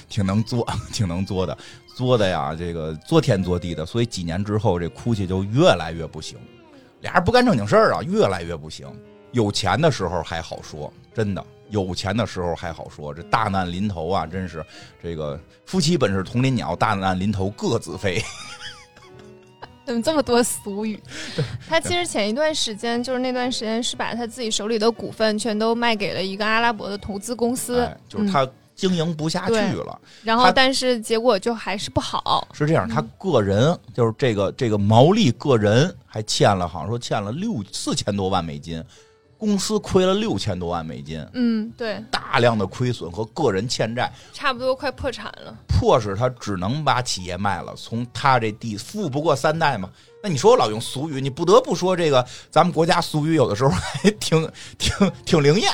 [SPEAKER 2] 挺能作，挺能作的，作的呀，这个作天作地的，所以几年之后，这哭泣就越来越不行，俩人不干正经事儿啊，越来越不行。有钱的时候还好说，真的，有钱的时候还好说，这大难临头啊，真是这个夫妻本是同林鸟，大难临头各自飞。
[SPEAKER 1] 怎么这么多俗语？他其实前一段时间，就是那段时间，是把他自己手里的股份全都卖给了一个阿拉伯的投资公司
[SPEAKER 2] 哎，就是他经营不下去了，
[SPEAKER 1] 然
[SPEAKER 2] 他
[SPEAKER 1] 后但是结果就还是不好。
[SPEAKER 2] 是这样，他个人就是这个这个毛利个人还欠了，好像说欠了六四千多万美金，公司亏了六千多万美金，
[SPEAKER 1] 嗯，对，
[SPEAKER 2] 大量的亏损和个人欠债，
[SPEAKER 1] 差不多快破产了。
[SPEAKER 2] 迫使他只能把企业卖了。从他这地富不过三代嘛，那你说我老用俗语，你不得不说这个咱们国家俗语有的时候还挺挺挺灵验。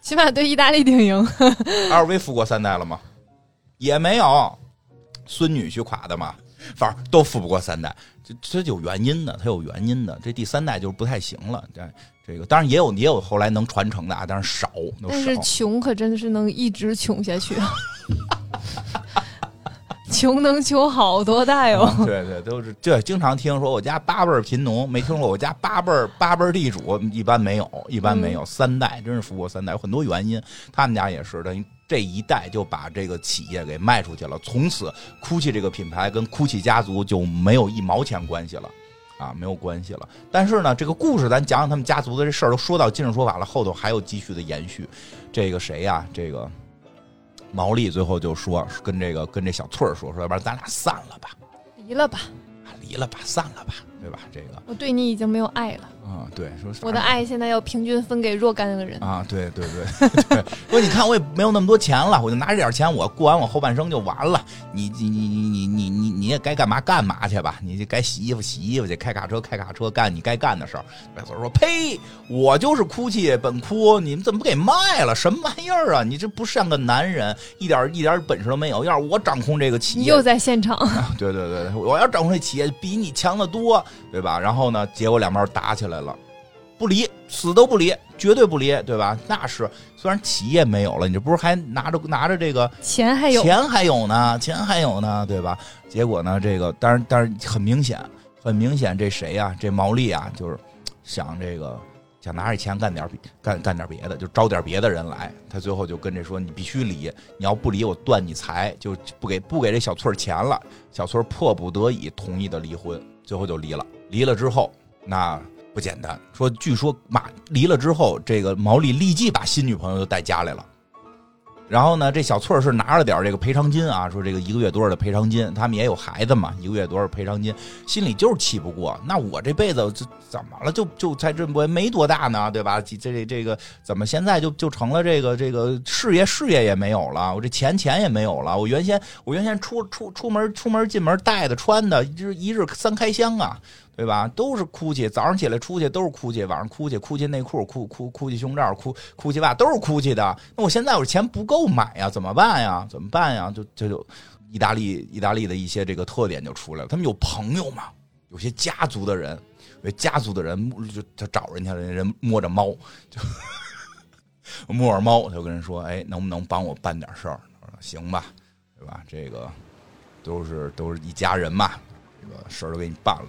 [SPEAKER 1] 起码对意大利挺赢。
[SPEAKER 2] 二位富过三代了吗？也没有，孙女婿垮的嘛，反正都富不过三代，这这有原因的，它有原因的。这第三代就是不太行了，这这个当然也有也有后来能传承的啊，但是少，都
[SPEAKER 1] 但
[SPEAKER 2] 少
[SPEAKER 1] 是。穷可真的是能一直穷下去，啊 穷能穷好多代哦。
[SPEAKER 2] 嗯对对，都是对，经常听说我家八辈儿贫农，没听说我家八辈儿八辈儿地主，一般没有，一般没有，三代真是富过三代，有很多原因。他们家也是，等于这一代就把这个企业给卖出去了，从此 GUCCI 这个品牌跟 GUCCI 家族就没有一毛钱关系了。啊，没有关系了。但是呢，这个故事咱讲讲他们家族的这事儿，都说到今日说法了，后头还有继续的延续。这个谁呀、这个毛利最后就说跟这个跟这小翠儿说说，要不然咱俩散了吧，
[SPEAKER 1] 离了吧，
[SPEAKER 2] 啊离了吧，散了吧，对吧？这个，
[SPEAKER 1] 我对你已经没有爱了，
[SPEAKER 2] 嗯，对，说
[SPEAKER 1] 我的爱现在要平均分给若干个人。
[SPEAKER 2] 啊，对对 对对，说你看我也没有那么多钱了，我就拿这点钱，我过完我后半生就完了。你你你你你你你也该干嘛干嘛去吧，你就该洗衣服洗衣服去，开卡车开卡车，干你该干的事儿。白嘴说：“呸，我就是哭泣本哭，你们怎么给卖了？什么玩意儿啊？你这不像个男人，一点一点本事都没有。要是我掌控这个企
[SPEAKER 1] 你
[SPEAKER 2] 业，
[SPEAKER 1] 又在现场，
[SPEAKER 2] 对对对，对我要掌控这企业比你强得多，对吧？然后呢，结果两边打起来了，不离，死都不离，绝对不离，对吧？那是虽然企业没有了，你这不是还拿着拿着这个
[SPEAKER 1] 钱还有，
[SPEAKER 2] 钱还有呢，钱还有呢，对吧？结果呢，这个当然当然很明显，很明显，这谁呀、这毛利啊，就是想这个想拿着钱干点别干干点别的，就招点别的人来。他最后就跟这说，你必须离，你要不离，我断你财，就不给不给这小翠儿钱了。小翠儿迫不得已同意的离婚，最后就离了。离了之后，那。不简单，说据说马离了之后，这个毛利立即把新女朋友就带家来了。然后呢，这小翠儿是拿了点儿这个赔偿金啊，说这个一个月多少的赔偿金，他们也有孩子嘛，一个月多少赔偿金，心里就是气不过。那我这辈子这怎么了？就就在这我也没多大呢，对吧？这这这个怎么现在就就成了这个这个事业事业也没有了，我这钱钱也没有了。我原先我原先出出出门出门进门带的穿的，一日一日三开箱啊。对吧？都是哭泣，早上起来出去都是哭泣，晚上哭泣，哭泣内裤，哭哭哭泣胸罩，哭哭泣袜，都是哭泣的。那我现在我钱不够买呀，怎么办呀？怎么办呀？就这就意大利意大利的一些这个特点就出来了。他们有朋友嘛，有些家族的人，有些家族的人就他找人家，人家人摸着猫，就 摸着猫，他就跟人说：“哎，能不能帮我办点事儿？”我说：“行吧，对吧？这个都是都是一家人嘛，这个事儿都给你办了。”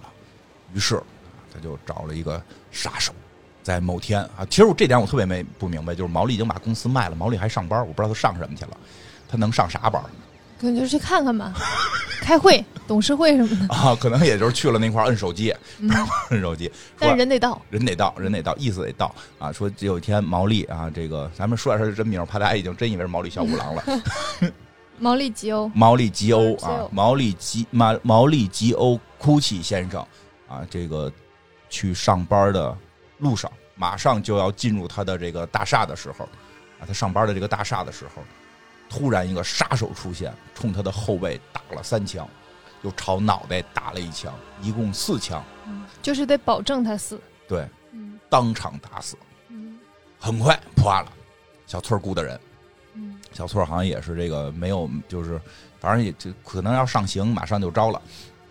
[SPEAKER 2] 于是他就找了一个杀手，在某天啊，其实我这点我特别没不明白，就是毛利已经把公司卖了，毛利还上班，我不知道他上什么去了，他能上啥班
[SPEAKER 1] 可能就去看看吧，开会、董事会什么的。
[SPEAKER 2] 啊？ 可能也就是去了那块儿摁手机，摁手机，说
[SPEAKER 1] 但人得到，
[SPEAKER 2] 人得到，人得到，意思得到啊！说有一天毛利啊，这个咱们说点他的真名，怕大家已经真以为是毛利小五郎了。
[SPEAKER 1] 毛利吉欧
[SPEAKER 2] 毛利吉欧
[SPEAKER 1] 吉
[SPEAKER 2] 啊
[SPEAKER 1] 欧，
[SPEAKER 2] 毛利吉毛毛利吉欧哭泣先生啊，这个去上班的路上，马上就要进入他的这个大厦的时候，啊，他上班的这个大厦的时候，突然一个杀手出现，冲他的后背打了三枪，又朝脑袋打了一枪，一共四枪，
[SPEAKER 1] 就是得保证他死。
[SPEAKER 2] 对，
[SPEAKER 1] 嗯
[SPEAKER 2] 当场打死。
[SPEAKER 1] 嗯
[SPEAKER 2] 很快破案了，小翠儿雇的人。
[SPEAKER 1] 嗯，
[SPEAKER 2] 小翠儿好像也是这个没有，就是反正也就可能要上刑，马上就招了。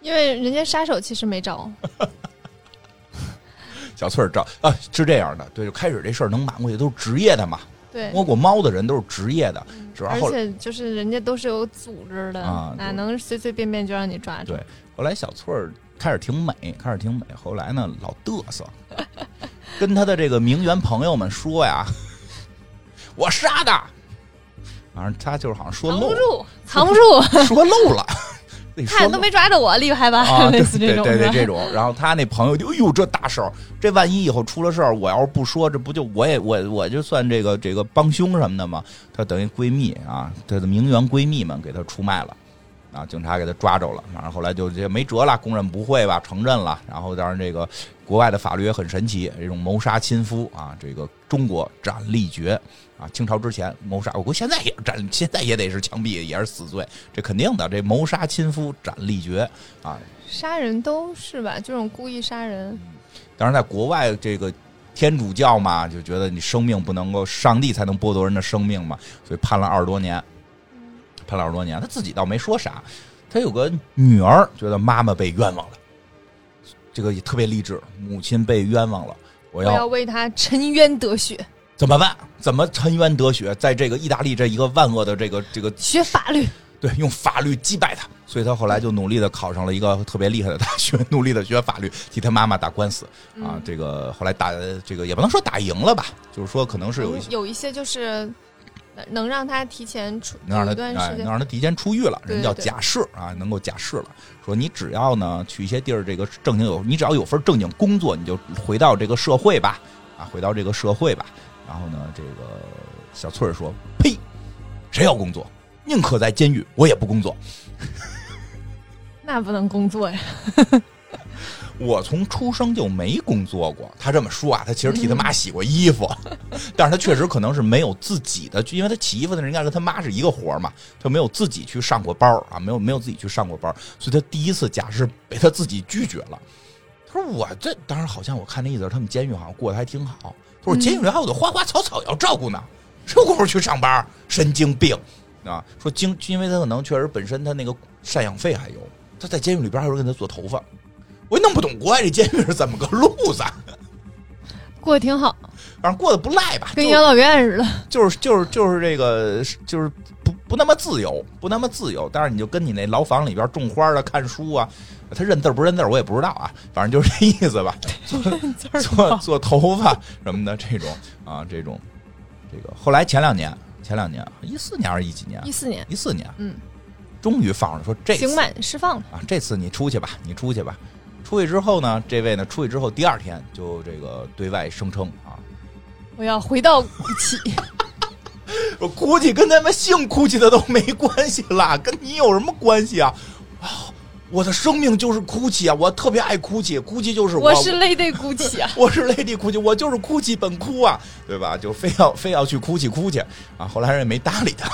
[SPEAKER 1] 因为人家杀手其实没 招，
[SPEAKER 2] 小翠儿找啊，是这样的，对，就开始这事儿能瞒过去，都是职业的嘛，
[SPEAKER 1] 对，嗯
[SPEAKER 2] 摸过猫的人都是职业的，主要
[SPEAKER 1] 而
[SPEAKER 2] 后来
[SPEAKER 1] 且就是人家都是有组织的，
[SPEAKER 2] 啊
[SPEAKER 1] 哪
[SPEAKER 2] 对
[SPEAKER 1] 能随随便便就让你抓住
[SPEAKER 2] 对？后来小翠儿开始挺美，开始挺美，后来呢老嘚 瑟，跟他的这个名媛朋友们说呀，我杀的，反正他就是好像说
[SPEAKER 1] 藏不
[SPEAKER 2] 漏
[SPEAKER 1] 住，藏不住，
[SPEAKER 2] 了，说漏了， 得说
[SPEAKER 1] 看
[SPEAKER 2] 漏
[SPEAKER 1] 都没抓着我，厉害吧？
[SPEAKER 2] 啊，
[SPEAKER 1] 类
[SPEAKER 2] 对
[SPEAKER 1] 似这种
[SPEAKER 2] 对对
[SPEAKER 1] 的。
[SPEAKER 2] 对这种。然后他那朋友就，哎呦，这大事儿，这万一以后出了事儿，我要是不说，这不就我也我我就算这个这个帮凶什么的嘛。她等于闺蜜啊，她的名媛闺蜜们给她出卖了。啊！警察给她抓着了，反正后来就这没辙了，供认不讳吧，承认了。然后当然这个国外的法律也很神奇，这种谋杀亲夫啊，这个中国斩立决啊，清朝之前谋杀，我估计现在也是斩，现在也得是枪毙，也是死罪，这肯定的。这谋杀亲夫斩立决啊，
[SPEAKER 1] 杀人都是吧，这种故意杀
[SPEAKER 2] 嗯
[SPEAKER 1] 人，
[SPEAKER 2] 当然，在国外这个天主教嘛，就觉得你生命不能够，上帝才能剥夺人的生命嘛，所以判了二十多年，判了二十多年，他自己倒没说啥，他有个女儿觉得妈妈被冤枉了，这个也特别励志，母亲被冤枉了，我
[SPEAKER 1] 我
[SPEAKER 2] 要
[SPEAKER 1] 要为他沉冤得雪，
[SPEAKER 2] 怎么办？怎么沉冤得雪？在这个意大利这一个万恶的这个这个
[SPEAKER 1] 学法律。
[SPEAKER 2] 对，用法律击败他，所以他后来就努力的考上了一个特别厉害的大学，努力的学法律，替他妈妈打官司
[SPEAKER 1] 嗯
[SPEAKER 2] 啊。这个后来打这个也不能说打赢了吧，就是说可能是有一
[SPEAKER 1] 嗯
[SPEAKER 2] 些
[SPEAKER 1] 有一些就是呃能让他提前出
[SPEAKER 2] 能让
[SPEAKER 1] 有
[SPEAKER 2] 他
[SPEAKER 1] 一段
[SPEAKER 2] 哎
[SPEAKER 1] 时
[SPEAKER 2] 能
[SPEAKER 1] 间，
[SPEAKER 2] 让他提前出狱了，
[SPEAKER 1] 对
[SPEAKER 2] 人叫
[SPEAKER 1] 对
[SPEAKER 2] 假释啊，能够假释了。说你只要呢去一些地儿，这个正经有你只要有份正经工作，你就回到这个社会吧，啊，回到这个社会吧。然后呢，这个小翠儿说：“呸，谁要工作？宁可在监狱，我也不工作。
[SPEAKER 1] 那不能工作呀。
[SPEAKER 2] 我从出生就没工作过。他这么说啊，他其实替他妈洗过衣服，但是他确实可能是没有自己的，因为他洗衣服的人应该跟他妈是一个活儿嘛，他没有自己去上过班儿啊，没有没有自己去上过班儿，所以他第一次假释被他自己拒绝了。他说我这当然好像我看那意思，他们监狱好像过得还挺好。他说监狱里还有的花花草草要照顾呢，谁有功夫去上班儿？神经病啊！说经，因为他可能确实本身他那个赡养费还有，他在监狱里边还有人给他做头发。我也弄不懂国外这监狱是怎么个路子，啊
[SPEAKER 1] 过得挺好，
[SPEAKER 2] 反正过得不赖吧，
[SPEAKER 1] 跟养老院似的。
[SPEAKER 2] 就是就是就是这个就是不不那么自由，不那么自由。但是你就跟你那牢房里边种花啊、看书啊，他认字儿不认字儿我也不知道啊，反正就是这意 思吧。
[SPEAKER 1] 做
[SPEAKER 2] 做做头发什么的这种啊，这种这个。后来前两年，前两年一四年还是一几年
[SPEAKER 1] 一？四年，
[SPEAKER 2] 一四年，
[SPEAKER 1] 嗯，
[SPEAKER 2] 终于放了，说这
[SPEAKER 1] 刑
[SPEAKER 2] 次
[SPEAKER 1] 满释放了。
[SPEAKER 2] 啊，这次你出去吧，你出去吧。出去之后呢，这位呢，出去之后第二天就这个对外声称啊，
[SPEAKER 1] 我要回到古 奇，
[SPEAKER 2] 我估计跟他们姓哭泣的都没关系啦，跟你有什么关系啊？啊，我的生命就是哭泣啊，我特别爱哭泣，哭泣就是
[SPEAKER 1] 我是 Lady 古奇啊。
[SPEAKER 2] 我是 Lady 哭泣，我就是哭泣本哭啊，对吧？就非要非要去哭泣哭泣啊，后来人也没搭理他。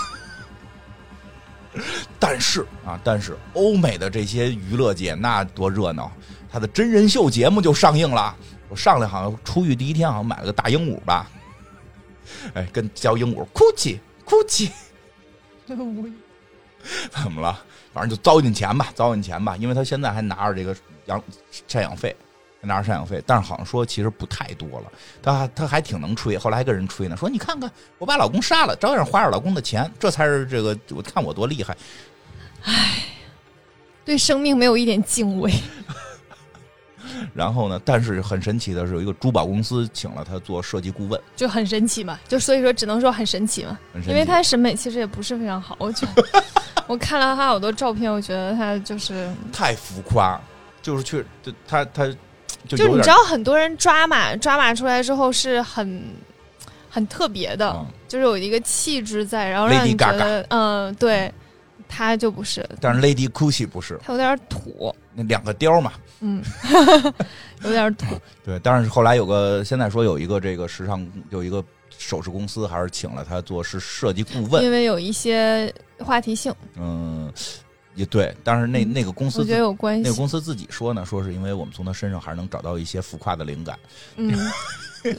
[SPEAKER 2] 但是啊，但是欧美的这些娱乐界那多热闹，他的真人秀节目就上映了。我上来好像出狱第一天，好像买了个大鹦鹉吧，哎，跟叫鹦鹉哭泣哭泣。怎么了？反正就糟践钱吧，糟践钱吧，因为他现在还拿着这个养赡养费，还拿着赡养费，但是好像说其实不太多了。他他还挺能吹，后来还跟人吹呢，说你看看，我把老公杀了，照样花着老公的钱，这才是这个，我看我多厉害。
[SPEAKER 1] 对生命没有一点敬畏，
[SPEAKER 2] 然后呢，但是很神奇的是，有一个珠宝公司请了他做设计顾问，
[SPEAKER 1] 就很神奇嘛。就所以说，只能说很神奇嘛。
[SPEAKER 2] 很神奇
[SPEAKER 1] 因为他审美其实也不是非常好，我觉得。 我看了他好多照片，我觉得他就是，
[SPEAKER 2] 太浮夸，就是去就他他就
[SPEAKER 1] 就是
[SPEAKER 2] 有
[SPEAKER 1] 你
[SPEAKER 2] 点
[SPEAKER 1] 知道，很多人抓马抓马出来之后是很很特别的，
[SPEAKER 2] 嗯
[SPEAKER 1] 就是有一个气质在，然后让你
[SPEAKER 2] Lady
[SPEAKER 1] 觉
[SPEAKER 2] Gaga
[SPEAKER 1] 得，嗯，对，他就不是，
[SPEAKER 2] 但是 Lady Gucci 不是
[SPEAKER 1] 他有点土，
[SPEAKER 2] 那两个貂嘛，
[SPEAKER 1] 嗯， 有点土，
[SPEAKER 2] 对，但是后来有个，现在说有一个这个时尚有一个首饰公司，还是请了他做是设计顾问，
[SPEAKER 1] 因为有一些话题性，
[SPEAKER 2] 嗯，也对，但是那
[SPEAKER 1] 嗯
[SPEAKER 2] 那个公司
[SPEAKER 1] 我觉得
[SPEAKER 2] 自
[SPEAKER 1] 有关
[SPEAKER 2] 那个
[SPEAKER 1] 系，
[SPEAKER 2] 公司自己说呢，说是因为我们从他身上还是能找到一些浮夸的灵感，
[SPEAKER 1] 嗯，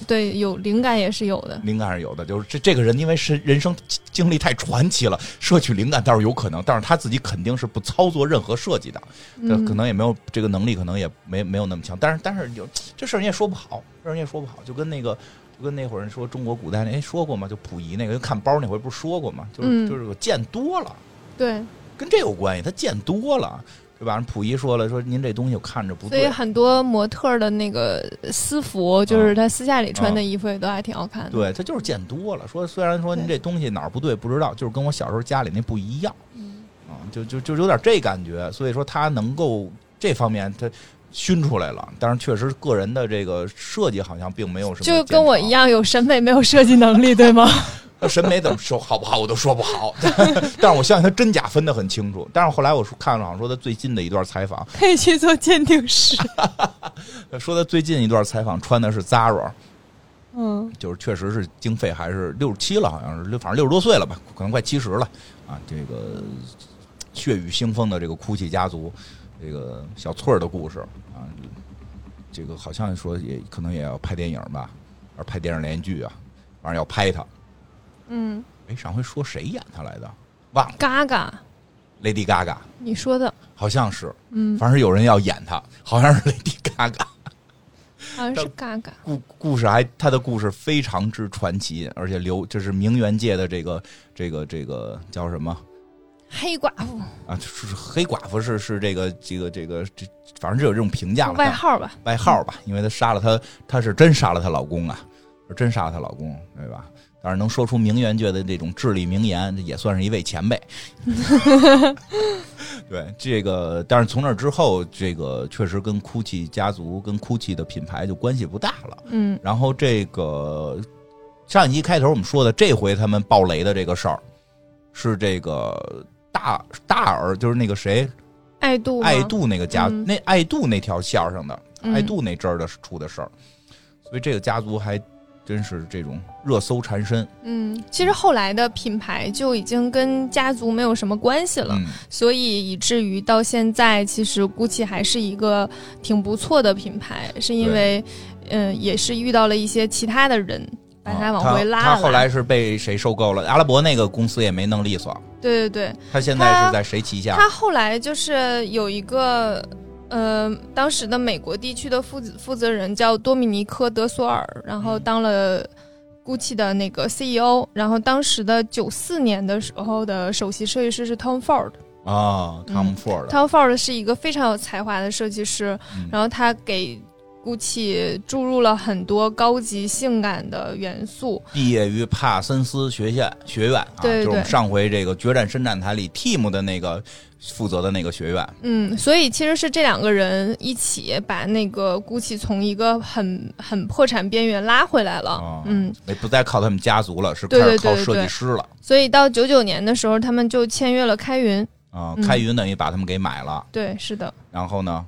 [SPEAKER 1] 对，有灵感也是有的，
[SPEAKER 2] 灵感是有的，就是这这个人因为是人生经历太传奇了，摄取灵感倒是有可能，但是他自己肯定是不操作任何设计的，这
[SPEAKER 1] 嗯
[SPEAKER 2] 可能也没有这个能力，可能也没没有那么强。但是但是有这事儿人也说不好，这事儿人也说不好，就跟那个就跟那会儿人说中国古代那哎说过吗？就溥仪那个就看包那回不是说过吗？就是、
[SPEAKER 1] 嗯
[SPEAKER 2] 就是我见多了，
[SPEAKER 1] 对，
[SPEAKER 2] 跟这有关系，他见多了。对吧？溥仪说了，说您这东西我看着不
[SPEAKER 1] 所以
[SPEAKER 2] 对，
[SPEAKER 1] 很多模特儿的那个私服，就是他私下里穿的衣服，也都还挺好看的。
[SPEAKER 2] 啊对他就是见多了。说虽然说您这东西哪儿不对不知道，就是跟我小时候家里那不一样
[SPEAKER 1] 嗯，
[SPEAKER 2] 啊，就就就有点这感觉。所以说他能够这方面他熏出来了，但是确实个人的这个设计好像并没有什么，
[SPEAKER 1] 就跟我一。样有审美没有设计能力，对 吗？
[SPEAKER 2] 他审美怎么说好不好，我都说不好。 但是我相信他真假分得很清楚。但是后来我说看了，好像说他最近的一段采访，呃
[SPEAKER 1] 可以去做鉴定师。
[SPEAKER 2] 说他最近一段采访穿的是 Zara，
[SPEAKER 1] 嗯，
[SPEAKER 2] 就是确实是经费还是六十七了，好像是六，反正六十多岁了吧，可能快七十了啊。这个血雨腥风的这个哭泣家族，这个小翠儿的故事啊，这个好像说也可能也要拍电影吧，还是拍电视连续剧啊，反正要拍他。
[SPEAKER 1] 嗯，
[SPEAKER 2] 哎，上回说谁演他来的？忘了
[SPEAKER 1] 嘎嘎，
[SPEAKER 2] ，Lady Gaga。
[SPEAKER 1] 你说的，
[SPEAKER 2] 好像是，
[SPEAKER 1] 嗯，
[SPEAKER 2] 反正有人要演他，好像是 Lady Gaga。
[SPEAKER 1] 好像是嘎嘎。
[SPEAKER 2] 故故事还他的故事非常之传奇，而且留这是名媛界的这个这个这个叫什么
[SPEAKER 1] 黑寡妇
[SPEAKER 2] 啊？就是是黑寡妇是是这个这个这个这，反正就有这种评价了，
[SPEAKER 1] 外号吧，
[SPEAKER 2] 外号吧，因为她杀了她，她是真杀了她老公啊，是真杀了她老公，对吧？但是能说出名媛界的这种至理名言，这也算是一位前 辈。对这个，但是从那之后，这个确实跟 GUCCI 家族、跟 GUCCI 的品牌就关系不大了。
[SPEAKER 1] 嗯，
[SPEAKER 2] 然后这个上一集开头我们说的，这回他们爆雷的这个事儿，是这个大大儿，就是那个谁
[SPEAKER 1] 爱度吗
[SPEAKER 2] 爱，度那个家，
[SPEAKER 1] 嗯
[SPEAKER 2] 那爱度那条线儿上的、
[SPEAKER 1] 嗯
[SPEAKER 2] 爱度那阵儿的出的事儿，所以这个家族还真是这种热搜缠身。
[SPEAKER 1] 嗯，其实后来的品牌就已经跟家族没有什么关系了，
[SPEAKER 2] 嗯，
[SPEAKER 1] 所以以至于到现在，其实 GUCCI 还是一个挺不错的品牌，是因
[SPEAKER 2] 对
[SPEAKER 1] 为，嗯、也是遇到了一些其他的人把它
[SPEAKER 2] 啊
[SPEAKER 1] 往回拉了
[SPEAKER 2] 他
[SPEAKER 1] 拉。
[SPEAKER 2] 他后来是被谁收购了？阿拉伯那个公司也没弄利索，
[SPEAKER 1] 对对对，
[SPEAKER 2] 他现在
[SPEAKER 1] 他
[SPEAKER 2] 是在谁旗下？
[SPEAKER 1] 他后来就是有一个。呃，当时的美国地区的负责负责人叫多米尼科·德索尔，然后当了 GUCCI 的那个 CEO，然后当时的九四年的时候的首席设计师是 Tom Ford，
[SPEAKER 2] 啊，汤姆
[SPEAKER 1] 嗯
[SPEAKER 2] · Ford，
[SPEAKER 1] Tom Ford 是一个非常有才华的设计师，
[SPEAKER 2] 嗯
[SPEAKER 1] 然后他给 GUCCI 注入了很多高级性感的元素。
[SPEAKER 2] 毕业于帕森斯学院学院啊，
[SPEAKER 1] 对
[SPEAKER 2] 就是我们
[SPEAKER 1] 对
[SPEAKER 2] 上回这个决战伸展台里 Team 的那个负责的那个学院，
[SPEAKER 1] 嗯，所以其实是这两个人一起把那个 GUCCI 从一个很很破产边缘拉回来了。
[SPEAKER 2] 哦
[SPEAKER 1] 嗯，
[SPEAKER 2] 那不再靠他们家族了，是开
[SPEAKER 1] 对
[SPEAKER 2] 始
[SPEAKER 1] 对
[SPEAKER 2] 靠
[SPEAKER 1] 对对
[SPEAKER 2] 设计
[SPEAKER 1] 对
[SPEAKER 2] 师了
[SPEAKER 1] 所以到九九年的时候，他们就签约了开云。
[SPEAKER 2] 啊。
[SPEAKER 1] 嗯
[SPEAKER 2] 开云等于把他们给买了，
[SPEAKER 1] 对，是的。
[SPEAKER 2] 然后呢，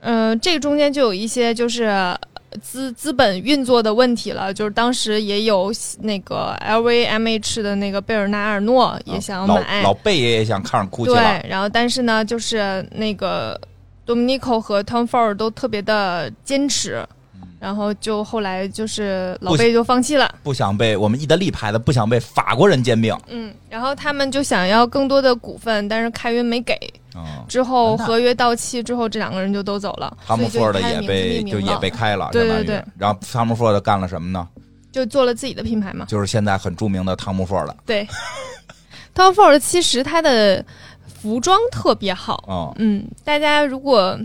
[SPEAKER 1] 嗯、这个中间就有一些就是呃资资本运作的问题了，就是当时也有那个 LVMH 的那个贝尔纳尔诺也想
[SPEAKER 2] 老
[SPEAKER 1] 买，
[SPEAKER 2] 啊老贝爷也想看上 GUCCI 了，
[SPEAKER 1] 对，然后但是呢，就是那个 Dominico 和 Tom Ford 都特别的坚持，然后就后来就是老
[SPEAKER 2] 不
[SPEAKER 1] 贝就放弃了，
[SPEAKER 2] 嗯不想被我们意大利牌子不想被法国人兼并
[SPEAKER 1] 嗯，然后他们就想要更多的股份，但是开云没给，
[SPEAKER 2] 啊。
[SPEAKER 1] 之后
[SPEAKER 2] 那
[SPEAKER 1] 合约到期之后，这两个人就都走了，
[SPEAKER 2] 汤
[SPEAKER 1] 所
[SPEAKER 2] 姆
[SPEAKER 1] 以
[SPEAKER 2] ·
[SPEAKER 1] 就
[SPEAKER 2] 福尔
[SPEAKER 1] 以
[SPEAKER 2] 的
[SPEAKER 1] 他
[SPEAKER 2] 也
[SPEAKER 1] 的名字
[SPEAKER 2] 被
[SPEAKER 1] 命名
[SPEAKER 2] 就也
[SPEAKER 1] 了
[SPEAKER 2] 被开了，
[SPEAKER 1] 对
[SPEAKER 2] 相当
[SPEAKER 1] 对
[SPEAKER 2] 于
[SPEAKER 1] 对。
[SPEAKER 2] 然后汤姆·福尔的干了什么呢？
[SPEAKER 1] 就做了自己的品牌嘛，
[SPEAKER 2] 就是现在很著名的汤姆·福尔的，
[SPEAKER 1] 对 ，Tom Ford 其实他的服装特别好，
[SPEAKER 2] 嗯，
[SPEAKER 1] 嗯，大家如果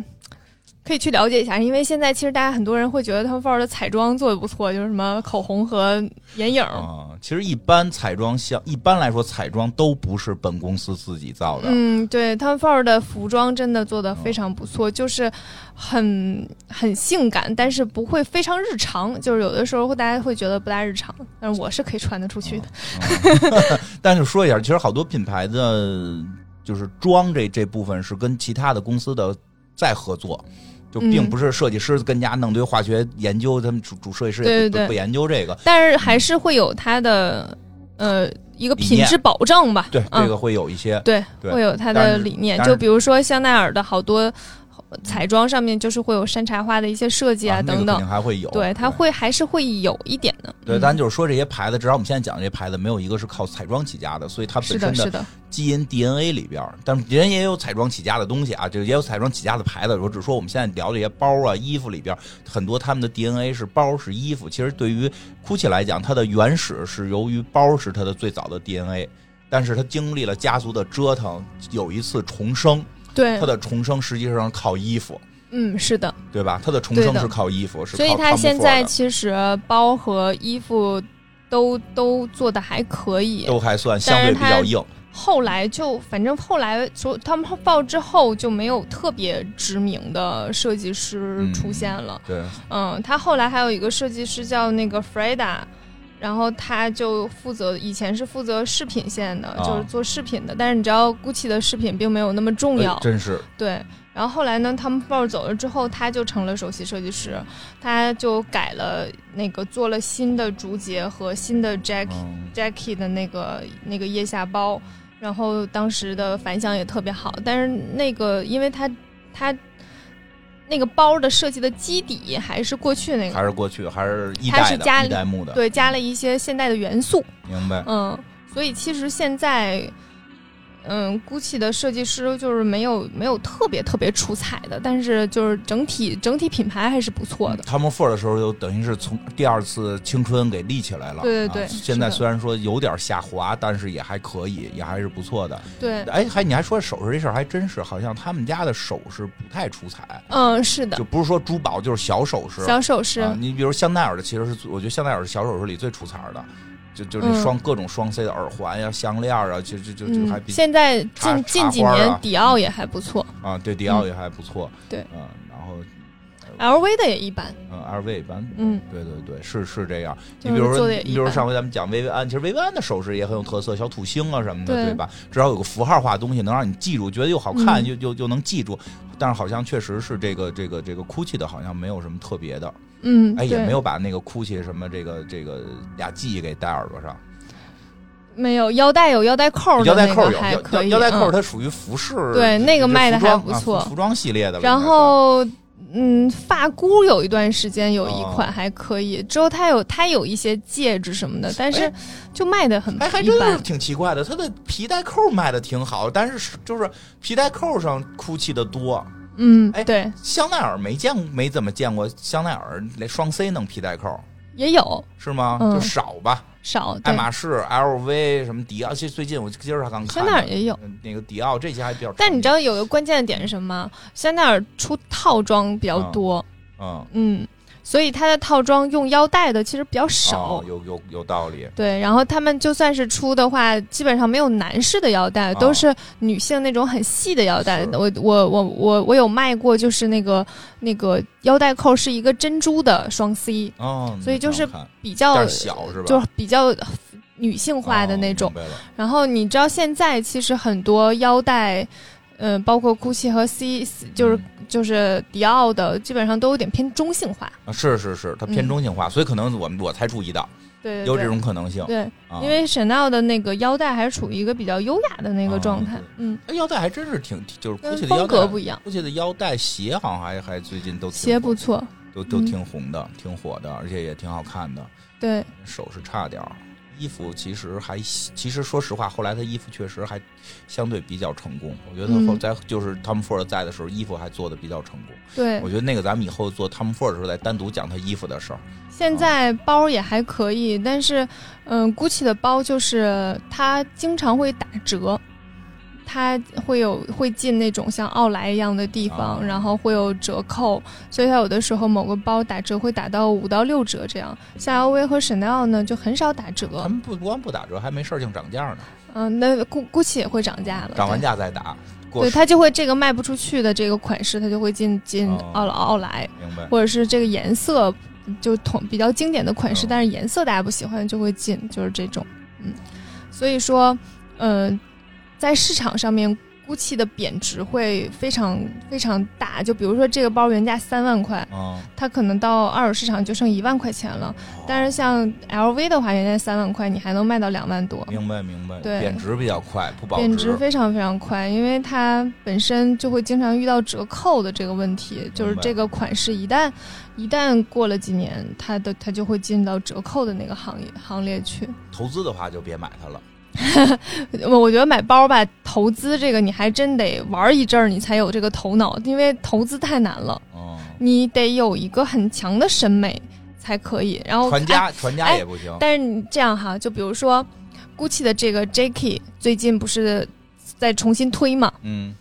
[SPEAKER 1] 可以去了解一下，因为现在其实大家很多人会觉得 Tom Ford 的彩妆做的不错，就是什么口红和眼影。
[SPEAKER 2] 啊、其实一般彩妆像一般来说，彩妆都不是本公司自己造的。
[SPEAKER 1] 嗯，对，Tom Ford 的服装真的
[SPEAKER 2] 哦
[SPEAKER 1] 做的非常不错，就是很很性感，但是不会非常日常，就是有的时候会大家会觉得不大日常，但是我是可以穿得出去
[SPEAKER 2] 哦
[SPEAKER 1] 的。
[SPEAKER 2] 但是说一下，其实好多品牌的就是妆这这部分是跟其他的公司的在合作。就并
[SPEAKER 1] 嗯
[SPEAKER 2] 不是设计师跟家弄堆化学研究，他们主主设计师也不
[SPEAKER 1] 对对
[SPEAKER 2] 不
[SPEAKER 1] 对
[SPEAKER 2] 不研究这个，
[SPEAKER 1] 但是还是会有它的呃一个
[SPEAKER 2] 嗯理
[SPEAKER 1] 品
[SPEAKER 2] 念
[SPEAKER 1] 质保障吧。
[SPEAKER 2] 对、
[SPEAKER 1] 嗯
[SPEAKER 2] 这个会有一些
[SPEAKER 1] 对，
[SPEAKER 2] 对
[SPEAKER 1] 会有它
[SPEAKER 2] 当
[SPEAKER 1] 的
[SPEAKER 2] 然
[SPEAKER 1] 理念。
[SPEAKER 2] 当
[SPEAKER 1] 就
[SPEAKER 2] 然
[SPEAKER 1] 比如说香奈儿的好多彩妆上面，就是会有山茶花的一些设计
[SPEAKER 2] 啊，那
[SPEAKER 1] 等
[SPEAKER 2] 个肯
[SPEAKER 1] 等
[SPEAKER 2] 定。还会有。
[SPEAKER 1] 对，它会还是会有一点的。
[SPEAKER 2] 对，
[SPEAKER 1] 嗯
[SPEAKER 2] 咱就是说这些牌子，至少我们现在讲的这些牌子，没有一个是靠彩妆起家的，所以它
[SPEAKER 1] 是
[SPEAKER 2] 本
[SPEAKER 1] 的，
[SPEAKER 2] 身
[SPEAKER 1] 是的，
[SPEAKER 2] 基因 DNA 里边儿，但是人也有彩妆起家的东西啊，就也有彩妆起家的牌子。我只说我们现在聊这些包啊、衣服里边儿，很多他们的 DNA 是包是衣服。其实对于 GUCCI 来讲，它的原始是由于包是它的最早的 DNA，但是它经历了家族的折腾，有一次重生，
[SPEAKER 1] 对
[SPEAKER 2] 它，的重生实际上靠衣服，
[SPEAKER 1] 嗯，是的。
[SPEAKER 2] 对吧？它的重生
[SPEAKER 1] 对的
[SPEAKER 2] 是靠衣服，是靠
[SPEAKER 1] 所以它
[SPEAKER 2] 汤姆
[SPEAKER 1] 现
[SPEAKER 2] 福尔
[SPEAKER 1] 在
[SPEAKER 2] 的
[SPEAKER 1] 其实包和衣服都都做的还可以。
[SPEAKER 2] 都还算相对比较硬。
[SPEAKER 1] 后来就反正后来说他们爆之后就没有特别知名的设计师
[SPEAKER 2] 嗯
[SPEAKER 1] 出现了。
[SPEAKER 2] 对，
[SPEAKER 1] 嗯，他后来还有一个设计师叫那个 Freda，然后他就负责以前是负责饰品线的，
[SPEAKER 2] 啊
[SPEAKER 1] 就是做饰品的。但是你知道，GUCCI 的饰品并没有那么重要
[SPEAKER 2] 呃，真是
[SPEAKER 1] 对。然后后来呢，他们 Ford 走了之后，他就成了首席设计师，他就改了那个做了新的竹节和新的 Jack、
[SPEAKER 2] 嗯
[SPEAKER 1] Jackie 的那个那个腋下包，然后当时的反响也特别好。但是那个，因为它它那个包的设计的基底还是过去那个，
[SPEAKER 2] 还是过去还是一
[SPEAKER 1] 它
[SPEAKER 2] 代
[SPEAKER 1] 是
[SPEAKER 2] 的
[SPEAKER 1] 家里
[SPEAKER 2] 一代目的，
[SPEAKER 1] 对，加了一些现代的元素，
[SPEAKER 2] 明白。
[SPEAKER 1] 嗯，所以其实现在。嗯，GUCCI 的设计师就是没有没有特别特别出彩的，但是就是整体整体品牌还是不错的。
[SPEAKER 2] 汤姆·福尔的时候，就等于是从第二次青春给立起来了。
[SPEAKER 1] 对对对
[SPEAKER 2] 啊
[SPEAKER 1] 是的
[SPEAKER 2] 现在虽然说有点下滑，但是也还可以，也还是不错的。
[SPEAKER 1] 对，
[SPEAKER 2] 哎，还你还说首饰这事儿，还真是，好像他们家的首饰不太出彩，
[SPEAKER 1] 嗯，是的
[SPEAKER 2] 就，不是说珠宝，就是小首饰。
[SPEAKER 1] 小首饰，
[SPEAKER 2] 啊，你比如香奈儿的，其实是最我觉得香奈儿是小首饰里最出彩的，就就是那
[SPEAKER 1] 嗯
[SPEAKER 2] 双、各种双 C 的耳环呀、项链啊，就就就就还
[SPEAKER 1] 嗯，
[SPEAKER 2] 比、
[SPEAKER 1] 现在
[SPEAKER 2] 插
[SPEAKER 1] 近
[SPEAKER 2] 插
[SPEAKER 1] 近几
[SPEAKER 2] 花儿啊
[SPEAKER 1] 年迪奥也还不错。
[SPEAKER 2] 啊，对迪奥也还不错。
[SPEAKER 1] 嗯对
[SPEAKER 2] 嗯，然后
[SPEAKER 1] LV 的也一般，
[SPEAKER 2] 嗯，LV 一般，
[SPEAKER 1] 嗯，
[SPEAKER 2] 对对对，是是这样。你
[SPEAKER 1] 就
[SPEAKER 2] 比如
[SPEAKER 1] 是做
[SPEAKER 2] 说，
[SPEAKER 1] 的
[SPEAKER 2] 你
[SPEAKER 1] 也
[SPEAKER 2] 比
[SPEAKER 1] 一
[SPEAKER 2] 如
[SPEAKER 1] 般。
[SPEAKER 2] 上回咱们讲薇薇安，其实薇薇安的首饰也很有特色，小土星啊什么的，
[SPEAKER 1] 对
[SPEAKER 2] 对吧？至少有个符号化的东西能让你记住，觉得又好看，
[SPEAKER 1] 嗯
[SPEAKER 2] 又又又能记住。但是好像确实是这个这个这个 GUCCI 的，好像没有什么特别的，
[SPEAKER 1] 嗯，
[SPEAKER 2] 哎，也
[SPEAKER 1] 对
[SPEAKER 2] 没有把那个 GUCCI 什么这个这个俩系给戴耳朵上，
[SPEAKER 1] 没有腰带有腰带扣儿的
[SPEAKER 2] 腰带
[SPEAKER 1] 那
[SPEAKER 2] 扣
[SPEAKER 1] 个
[SPEAKER 2] 有，
[SPEAKER 1] 还
[SPEAKER 2] 腰
[SPEAKER 1] 可
[SPEAKER 2] 腰
[SPEAKER 1] 以，
[SPEAKER 2] 腰带扣
[SPEAKER 1] 嗯
[SPEAKER 2] 它属于服饰，
[SPEAKER 1] 对那个
[SPEAKER 2] 是
[SPEAKER 1] 卖的
[SPEAKER 2] 服
[SPEAKER 1] 还
[SPEAKER 2] 装
[SPEAKER 1] 不
[SPEAKER 2] 啊服
[SPEAKER 1] 错
[SPEAKER 2] 服装系列的吧，
[SPEAKER 1] 然
[SPEAKER 2] 应该
[SPEAKER 1] 后。嗯，发箍有一段时间有一
[SPEAKER 2] 哦
[SPEAKER 1] 款还可以，之后它有它有一些戒指什么的，但是
[SPEAKER 2] 哎
[SPEAKER 1] 就卖的很一
[SPEAKER 2] 哎，
[SPEAKER 1] 般。
[SPEAKER 2] 还真是挺奇怪的，它的皮带扣卖的挺好，但是就是皮带扣上哭泣的多。
[SPEAKER 1] 嗯，
[SPEAKER 2] 哎
[SPEAKER 1] 对，
[SPEAKER 2] 香奈儿没见没怎么见过香奈儿那双 C 弄皮带扣
[SPEAKER 1] 也有
[SPEAKER 2] 是吗？
[SPEAKER 1] 嗯
[SPEAKER 2] 就少吧。
[SPEAKER 1] 少
[SPEAKER 2] 爱
[SPEAKER 1] 对，
[SPEAKER 2] 马仕、LV 什么迪奥，其实最近我今儿还刚
[SPEAKER 1] 香
[SPEAKER 2] 看
[SPEAKER 1] 奈儿也有。
[SPEAKER 2] 嗯那个迪奥这些还比较常见。
[SPEAKER 1] 但你知道有个关键的点是什么吗？香奈儿出套装比
[SPEAKER 2] 哦
[SPEAKER 1] 较多，
[SPEAKER 2] 嗯
[SPEAKER 1] 嗯，所以它的套装用腰带的其实比较少。
[SPEAKER 2] 哦有有有道理。
[SPEAKER 1] 对，然后他们就算是出的话，基本上没有男士的腰带，
[SPEAKER 2] 哦
[SPEAKER 1] 都是女性那种很细的腰带
[SPEAKER 2] 是。
[SPEAKER 1] 我我我我我有卖过，就是那个那个腰带扣是一个珍珠的双 C，
[SPEAKER 2] 哦，
[SPEAKER 1] 所以就是
[SPEAKER 2] 那挺好看
[SPEAKER 1] 比较
[SPEAKER 2] 但是小是吧？
[SPEAKER 1] 就是比较女性化的那种。
[SPEAKER 2] 哦明白了
[SPEAKER 1] 然后你知道现在其实很多腰带，嗯、包括 GUCCI 和 C，就是、
[SPEAKER 2] 嗯
[SPEAKER 1] 就是迪奥的，基本上都有点偏中性化。
[SPEAKER 2] 啊是是是，它偏
[SPEAKER 1] 嗯
[SPEAKER 2] 中性化，所以可能我们我才注意到
[SPEAKER 1] 对
[SPEAKER 2] 有
[SPEAKER 1] 对
[SPEAKER 2] 这
[SPEAKER 1] 对。
[SPEAKER 2] 种可能性。
[SPEAKER 1] 对，
[SPEAKER 2] 啊
[SPEAKER 1] 因为 Chanel 的那个腰带还是处于一个比较优雅的那个
[SPEAKER 2] 哦
[SPEAKER 1] 状态，嗯，
[SPEAKER 2] 哎腰带还真是挺，就是
[SPEAKER 1] 跟
[SPEAKER 2] GUCCI 的腰
[SPEAKER 1] 呃风
[SPEAKER 2] 带
[SPEAKER 1] 格不一样。
[SPEAKER 2] ，GUCCI 的腰带鞋好像还还最近都挺
[SPEAKER 1] 鞋不错，
[SPEAKER 2] 都都
[SPEAKER 1] 嗯
[SPEAKER 2] 挺红的，挺火的，而且也挺好看的。
[SPEAKER 1] 对，
[SPEAKER 2] 首饰差点儿，衣服其实还其实说实话，后来他衣服确实还相对比较成功。我觉得他后
[SPEAKER 1] 嗯
[SPEAKER 2] 在、就是 Tom Ford 在的时候，衣服还做的比较成功。
[SPEAKER 1] 对
[SPEAKER 2] 我，觉得那个咱们以后做 Tom Ford 的时候再单独讲他衣服的事儿。
[SPEAKER 1] 现
[SPEAKER 2] 啊
[SPEAKER 1] 在包也还可以，但是，嗯，GUCCI 的包就是它经常会打折，它会有会进那种像奥莱一样的地方，
[SPEAKER 2] 啊
[SPEAKER 1] 然后会有折扣，所以它有的时候某个包打折会打到五到六折这样。像 LV 和 Chanel 呢就很少打
[SPEAKER 2] 他
[SPEAKER 1] 折，
[SPEAKER 2] 们不不光不打折，还没事儿净涨价呢，
[SPEAKER 1] 嗯，那 GU GUCCI 也会涨价了，
[SPEAKER 2] 涨完
[SPEAKER 1] 对。
[SPEAKER 2] 价再打。过
[SPEAKER 1] 对，它就会这个卖不出去的这个款式，它就会进进
[SPEAKER 2] 哦
[SPEAKER 1] 奥奥莱，
[SPEAKER 2] 明白。
[SPEAKER 1] 或者是这个颜色就统比较经典的款式，
[SPEAKER 2] 嗯
[SPEAKER 1] 但是颜色大家不喜欢就会进，就是这种，嗯，所以说，呃，在市场上面，GUCCI 的贬值会非常非常大。就比如说这个包原价三万块，
[SPEAKER 2] 嗯，
[SPEAKER 1] 它可能到二手市场就剩一万块钱了，但是像 LV 的话，原价三万块，你还能卖到两万多。
[SPEAKER 2] 明白明白，
[SPEAKER 1] 对
[SPEAKER 2] 贬值比较快，不保
[SPEAKER 1] 贬值
[SPEAKER 2] 值。
[SPEAKER 1] 非常非常快，因为它本身就会经常遇到折扣的这个问题，就是这个款式一旦一旦过了几年，它的它就会进到折扣的那个行业行列去。
[SPEAKER 2] 投资的话就别买它了。
[SPEAKER 1] 我我觉得买包吧，投资这个你还真得玩一阵儿，你才有这个头脑，因为投资太难了，
[SPEAKER 2] 嗯，
[SPEAKER 1] 你得有一个很强的审美才可以。然后
[SPEAKER 2] 传
[SPEAKER 1] 哎
[SPEAKER 2] 家传家
[SPEAKER 1] 哎
[SPEAKER 2] 也不行。
[SPEAKER 1] 但是你这样哈，就比如说 GUCCI 的这个 Jacky 最近不是在重新推嘛？
[SPEAKER 2] 嗯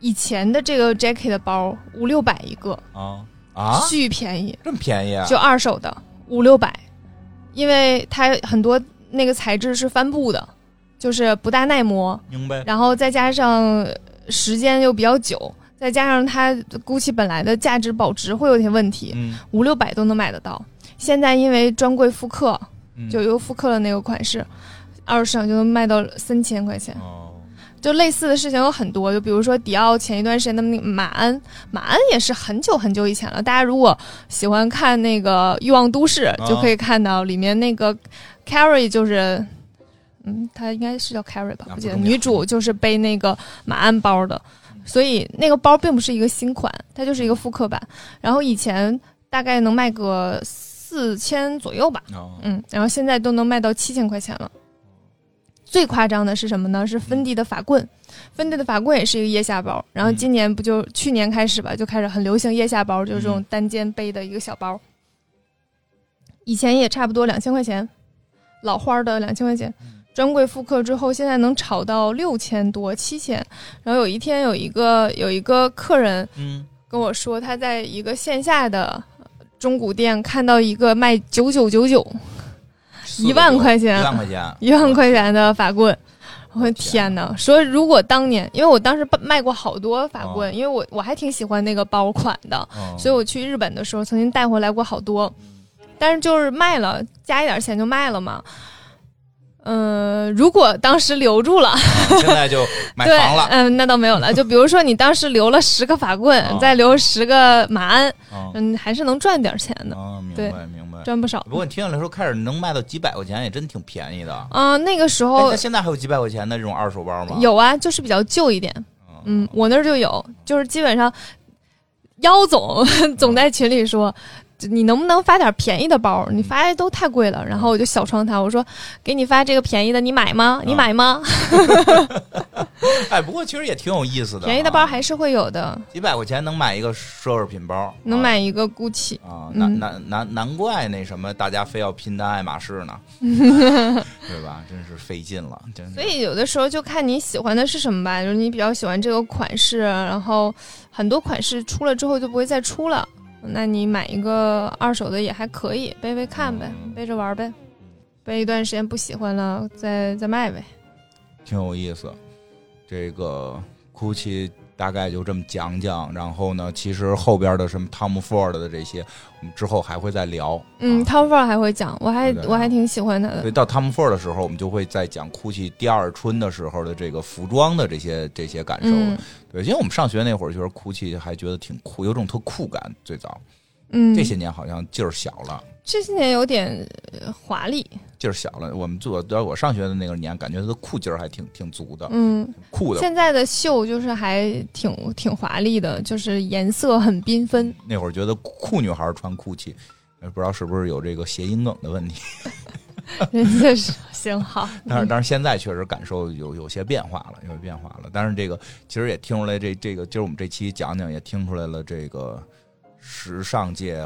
[SPEAKER 1] 以前的这个 Jacky 的包五六百一个，
[SPEAKER 2] 啊啊，
[SPEAKER 1] 巨便宜，
[SPEAKER 2] 这么便宜啊？
[SPEAKER 1] 就二手的五六百，因为它很多那个材质是帆布的，就是不大耐磨，
[SPEAKER 2] 明白。
[SPEAKER 1] 然后再加上时间又比较久，再加上它 GUCCI 本来的价值保值会有一些问题，
[SPEAKER 2] 嗯，
[SPEAKER 1] 五六百都能买得到。现在因为专柜复刻，
[SPEAKER 2] 嗯
[SPEAKER 1] 就又复刻了那个款式，二手市场就能卖到三千块钱。
[SPEAKER 2] 哦，
[SPEAKER 1] 就类似的事情有很多，就比如说迪奥前一段时间的那个马鞍，马鞍也是很久很久以前了。大家如果喜欢看那个《欲望都市》，
[SPEAKER 2] 啊
[SPEAKER 1] 就可以看到里面那个 Carrie 就是，嗯，她应该是叫 Carrie 吧
[SPEAKER 2] 啊，
[SPEAKER 1] 我记得
[SPEAKER 2] 不重要
[SPEAKER 1] 女主就是背那个马鞍包的，所以那个包并不是一个新款，它就是一个复刻版。然后以前大概能卖个四千左右吧，
[SPEAKER 2] 哦
[SPEAKER 1] 嗯，然后现在都能卖到七千块钱了。最夸张的是什么呢？是芬迪的法棍，芬迪的法棍也是一个腋下包。然后今年不就去年开始吧，就开始很流行腋下包，就是这种单肩背的一个小包。以前也差不多两千块钱，老花的两千块钱，专柜复刻之后，现在能炒到六千多、七千。然后有一天有一个有一个客人
[SPEAKER 2] 嗯，
[SPEAKER 1] 跟我说，他在一个线下的中古店看到一个卖九九九九。
[SPEAKER 2] 四个
[SPEAKER 1] 一万
[SPEAKER 2] 多
[SPEAKER 1] 块
[SPEAKER 2] 一
[SPEAKER 1] 钱，
[SPEAKER 2] 万块钱，
[SPEAKER 1] 一万块钱的法棍，我天哪！说如果当年，因为我当时卖过好多法棍，因为我我还挺喜欢那个包款的，
[SPEAKER 2] 嗯
[SPEAKER 1] 所以我去日本的时候曾经带回来过好多，但是就是卖了，加一点钱就卖了嘛。嗯、如果当时留住了，
[SPEAKER 2] 啊现在就买
[SPEAKER 1] 对，
[SPEAKER 2] 房了，
[SPEAKER 1] 嗯、那倒没 有了。就比如说你当时留了十个法棍，
[SPEAKER 2] 啊
[SPEAKER 1] 再留十个马鞍，
[SPEAKER 2] 嗯
[SPEAKER 1] 嗯，还是能赚点钱的，
[SPEAKER 2] 啊，明
[SPEAKER 1] 对
[SPEAKER 2] 白明白。
[SPEAKER 1] 赚不少
[SPEAKER 2] 不。过你听下来说，开始能卖到几百块钱，也真挺便宜的。
[SPEAKER 1] 啊、那个时
[SPEAKER 2] 哎
[SPEAKER 1] 候
[SPEAKER 2] 那现在还有几百块钱的这种二手包吗？
[SPEAKER 1] 有啊，就是比较旧一点。嗯，我那儿就有，就是基本上，妖总
[SPEAKER 2] 嗯
[SPEAKER 1] 总在群里说。你能不能发点便宜的包？
[SPEAKER 2] 嗯
[SPEAKER 1] 你发的都太贵了。然后我就小窗他，我说给你发这个便宜的，你买吗？
[SPEAKER 2] 啊
[SPEAKER 1] 你买吗？
[SPEAKER 2] 哎，不过其实也挺有意思的啊。
[SPEAKER 1] 便宜的包还是会有的，
[SPEAKER 2] 几百块钱能买一个奢侈品包，
[SPEAKER 1] 能
[SPEAKER 2] 啊
[SPEAKER 1] 买一个 GUCCI。
[SPEAKER 2] 啊，
[SPEAKER 1] 嗯
[SPEAKER 2] 难难难难怪那什么，大家非要拼单爱马 仕呢，对吧？真是费劲了，真是
[SPEAKER 1] 所以有的时候就看你喜欢的是什么吧，就是你比较喜欢这个款式，啊然后很多款式出了之后就不会再出了，那你买一个二手的也还可以，背背看呗，背着玩呗，背一段时间不喜欢了再再卖呗。
[SPEAKER 2] 挺有意思。这个 GUCCI 大概就这么讲讲，然后呢，其实后边的什么 Tom Ford 的这些，我们之后还会再聊。
[SPEAKER 1] 嗯
[SPEAKER 2] 啊
[SPEAKER 1] ，Tom Ford 还会讲，我还
[SPEAKER 2] 对的
[SPEAKER 1] 我还挺喜欢他的
[SPEAKER 2] 所以。到 Tom Ford 的时候，我们就会在讲 GUCCI 第二春的时候的这个服装的这些这些感受了。
[SPEAKER 1] 嗯
[SPEAKER 2] 对，因为我们上学那会儿，觉得 GUCCI 还觉得挺酷，有种特酷感。最早
[SPEAKER 1] 嗯，
[SPEAKER 2] 这些年好像劲儿小了。
[SPEAKER 1] 这些年有点呃华丽，
[SPEAKER 2] 劲儿小了。我们做在我上学的那个年，感觉他的酷劲儿还挺挺足的，
[SPEAKER 1] 嗯，
[SPEAKER 2] 酷的。
[SPEAKER 1] 现在的秀就是还挺挺华丽的，就是颜色很缤 纷。
[SPEAKER 2] 那会儿觉得酷女孩穿酷气，呃不知道是不是有这个谐音梗的问题。
[SPEAKER 1] 人家是行好，
[SPEAKER 2] 但是但是现在确实感受有有些变化了，有些变化了。但是这个其实也听出来这这个，今儿我们这期讲讲也听出来了这个时尚界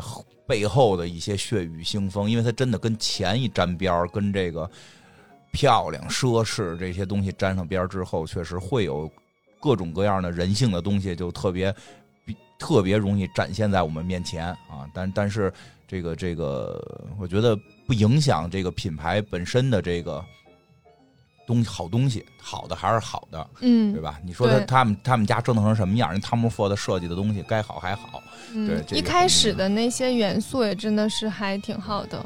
[SPEAKER 2] 背后的一些血雨腥风，因为它真的跟钱一沾边儿，跟这个漂亮奢侈这些东西沾上边儿之后，确实会有各种各样的人性的东西，就特别比特别容易展现在我们面前啊。但但是这个这个，我觉得不影响这个品牌本身的这个。东好东西，好的还是好的，
[SPEAKER 1] 嗯
[SPEAKER 2] 对，吧？你说他
[SPEAKER 1] 对
[SPEAKER 2] 他们他们家折腾成什么样？人汤姆福的设计的东西该好还好，对
[SPEAKER 1] 嗯，
[SPEAKER 2] 这
[SPEAKER 1] 一
[SPEAKER 2] 个
[SPEAKER 1] 开
[SPEAKER 2] 肯
[SPEAKER 1] 始
[SPEAKER 2] 定
[SPEAKER 1] 的那些元素也真的是还挺好的。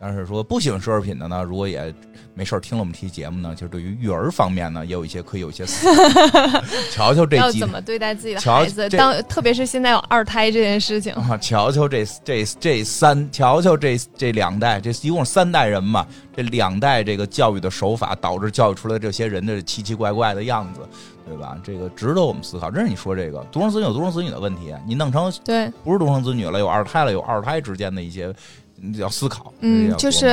[SPEAKER 2] 但是说不喜欢奢侈品的呢，如果也没事儿听了我们期节目呢，就是对于育儿方面呢，也有一些可以有一些思 考。瞧瞧这
[SPEAKER 1] 要
[SPEAKER 2] 几
[SPEAKER 1] 怎么对待自己的
[SPEAKER 2] 瞧
[SPEAKER 1] 孩子，
[SPEAKER 2] 这
[SPEAKER 1] 当特别是现在有二胎这件事情，
[SPEAKER 2] 啊，瞧瞧这这这三，瞧瞧这这两代，这一共三代人嘛，这两代这个教育的手法，导致教育出来这些人的奇奇怪怪的样子，对吧？这个值得我们思考。真是你说这个独生子女有独生子女的问题，你弄成
[SPEAKER 1] 对，
[SPEAKER 2] 不是独生子女了，有二胎了，有二胎之间的一些你要思考。
[SPEAKER 1] 嗯
[SPEAKER 2] 要，琢磨
[SPEAKER 1] 就是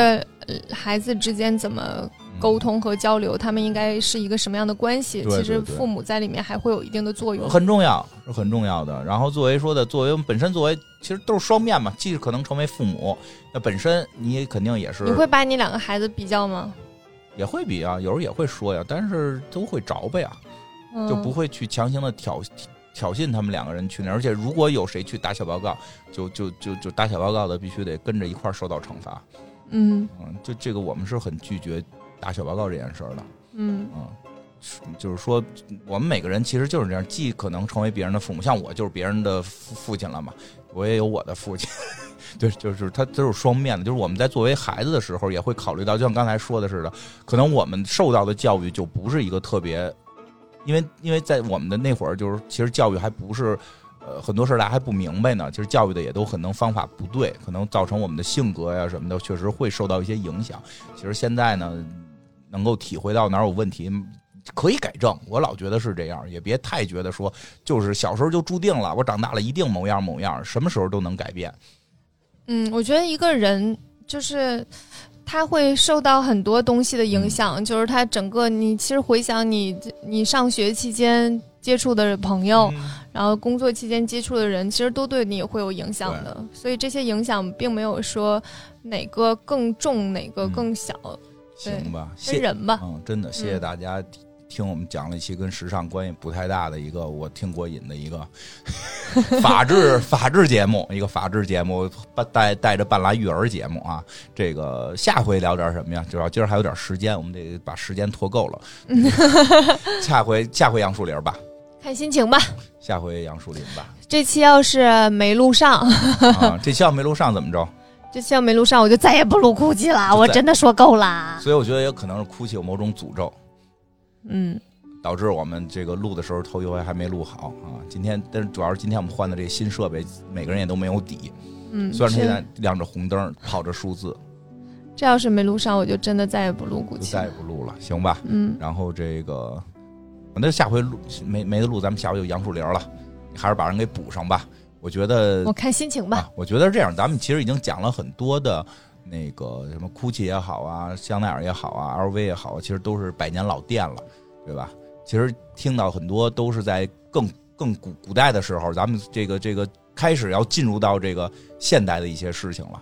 [SPEAKER 1] 呃孩子之间怎么沟通和交流，他们应该是一个什么样的关系？
[SPEAKER 2] 对对
[SPEAKER 1] 其实
[SPEAKER 2] 对
[SPEAKER 1] 父母在里面还会有一定的作用。
[SPEAKER 2] 很重要，是很重要的。然后作为说的，作为我们本身作为，其实都是双面嘛，既可能成为父母，那本身你肯定也是
[SPEAKER 1] 你会把你两个孩子比较吗？
[SPEAKER 2] 也会比啊，有时候也会说呀，但是都会着呗呀，啊
[SPEAKER 1] 嗯、
[SPEAKER 2] 就不会去强行的挑挑衅他们两个人去那儿。而且如果有谁去打小报告，就就就就打小报告的必须得跟着一块儿受到惩罚。
[SPEAKER 1] 嗯
[SPEAKER 2] 嗯，就这个我们是很拒绝打小报告这件事儿的。
[SPEAKER 1] 嗯
[SPEAKER 2] 嗯，是就是说，我们每个人其实就是这样，既可能成为别人的父母，像我就是别人的父父亲了嘛，我也有我的父亲。 对，就是他都是双面的，就是我们在作为孩子的时候，也会考虑到，就像刚才说的似的，可能我们受到的教育就不是一个特别，因为因为在我们的那会儿，就是其实教育还不是。呃，很多事儿大家还不明白呢，其实教育的也都可能方法不对，可能造成我们的性格呀什么的，确实会受到一些影响。其实现在呢，能够体会到哪儿有问题，可以改正。我老觉得是这样，也别太觉得说就是小时候就注定了，我长大了一定某样某样，什么时候都能改变。
[SPEAKER 1] 嗯，我觉得一个人就是。他会受到很多东西的影响，
[SPEAKER 2] 嗯
[SPEAKER 1] 就是他整个你其实回想你你上学期间接触的朋友，
[SPEAKER 2] 嗯
[SPEAKER 1] 然后工作期间接触的人，其实都对你会有影响的。所以这些影响并没有说哪个更重，哪个更小，
[SPEAKER 2] 行吧，
[SPEAKER 1] 分
[SPEAKER 2] 嗯谢，
[SPEAKER 1] 人吧。
[SPEAKER 2] 嗯，真的谢谢大家。 听我们讲了一期跟时尚关系不太大的一个，我听过瘾的一个法制法制节目，一个法制节目，半带带着半拉育儿节目啊。这个下回聊点什么呀？主要今儿还有点时间，我们得把时间拖 够了。嗯下回下回杨树林吧，
[SPEAKER 1] 看心情吧。
[SPEAKER 2] 下回杨树林吧。
[SPEAKER 1] 这期要是没录上，
[SPEAKER 2] 啊，这期要没录上怎么着？
[SPEAKER 1] 这期要没录上，我就再也不录哭泣了。
[SPEAKER 2] 就
[SPEAKER 1] 我
[SPEAKER 2] 再
[SPEAKER 1] 真的说够啦。
[SPEAKER 2] 所以我觉得也可能是哭泣有某种诅咒，
[SPEAKER 1] 嗯，
[SPEAKER 2] 导致我们这个录的时候头一回还没录好啊。今天，但是主要是今天我们换的这个新设备，每个人也都没有底。
[SPEAKER 1] 嗯，
[SPEAKER 2] 虽然现
[SPEAKER 1] 是
[SPEAKER 2] 在亮着红灯，跑着数字，
[SPEAKER 1] 这要是没录上，我就真的再也不录哭
[SPEAKER 2] 就
[SPEAKER 1] 泣
[SPEAKER 2] 再也
[SPEAKER 1] 了。
[SPEAKER 2] 不录了，行吧？
[SPEAKER 1] 嗯，
[SPEAKER 2] 然后这个，那下回录没没得录，咱们下回就杨树林了，还是把人给补上吧。我觉得
[SPEAKER 1] 嗯我看心情吧。
[SPEAKER 2] 啊，我觉得是这样，咱们其实已经讲了很多的那个什么 GUCCI 也好啊，香奈儿也好啊，LV 也好，其实都是百年老店了，对吧？其实听到很多都是在更更古古代的时候，咱们这个这个开始要进入到这个现代的一些事情了。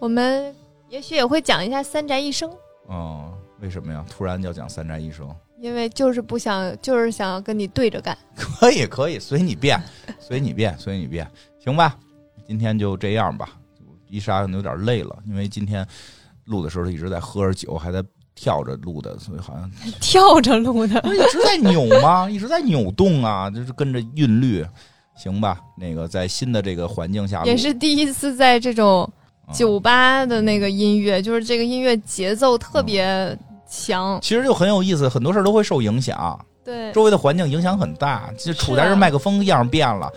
[SPEAKER 1] 我们也许也会讲一下三宅一生，
[SPEAKER 2] 嗯，为什么呀？突然要讲三宅一生？
[SPEAKER 1] 因为就是不想，就是想要跟你对着干。
[SPEAKER 2] 可以，可以，随你便，随你便，随你便，行吧？今天就这样吧。伊莎有点累了，因为今天录的时候她一直在喝着酒，还在跳着录的，所以好像
[SPEAKER 1] 跳着录的
[SPEAKER 2] 不是一直在扭 吗？一直在扭动啊，就是跟着韵律，行吧？那个在新的这个环境下录，
[SPEAKER 1] 也是第一次在这种
[SPEAKER 2] 嗯
[SPEAKER 1] 酒吧的那个音乐，就是这个音乐节奏特
[SPEAKER 2] 啊
[SPEAKER 1] 别强。
[SPEAKER 2] 其实就很有意思，很多事儿都会受影响。
[SPEAKER 1] 对，
[SPEAKER 2] 周围的环境影响很大，就处
[SPEAKER 1] 啊
[SPEAKER 2] 在这儿麦克风样变了，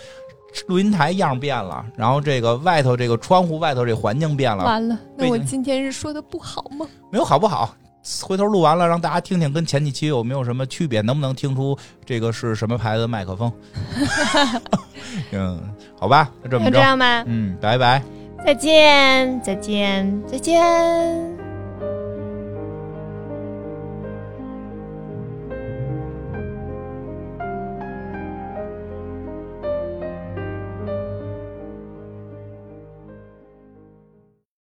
[SPEAKER 2] 录音台样变了，然后这个外头这个窗户外头这环境变了，
[SPEAKER 1] 完了，那
[SPEAKER 2] 背
[SPEAKER 1] 我
[SPEAKER 2] 景
[SPEAKER 1] 今天是说的不好吗？
[SPEAKER 2] 没有好不好？回头录完了，让大家听听跟前几期有没有什么区别，能不能听出这个是什么牌子的麦克风？嗯，好吧，那这么
[SPEAKER 1] 要这
[SPEAKER 2] 着，
[SPEAKER 1] 样吗？
[SPEAKER 2] 嗯，拜拜。
[SPEAKER 1] 再见，再见，再见。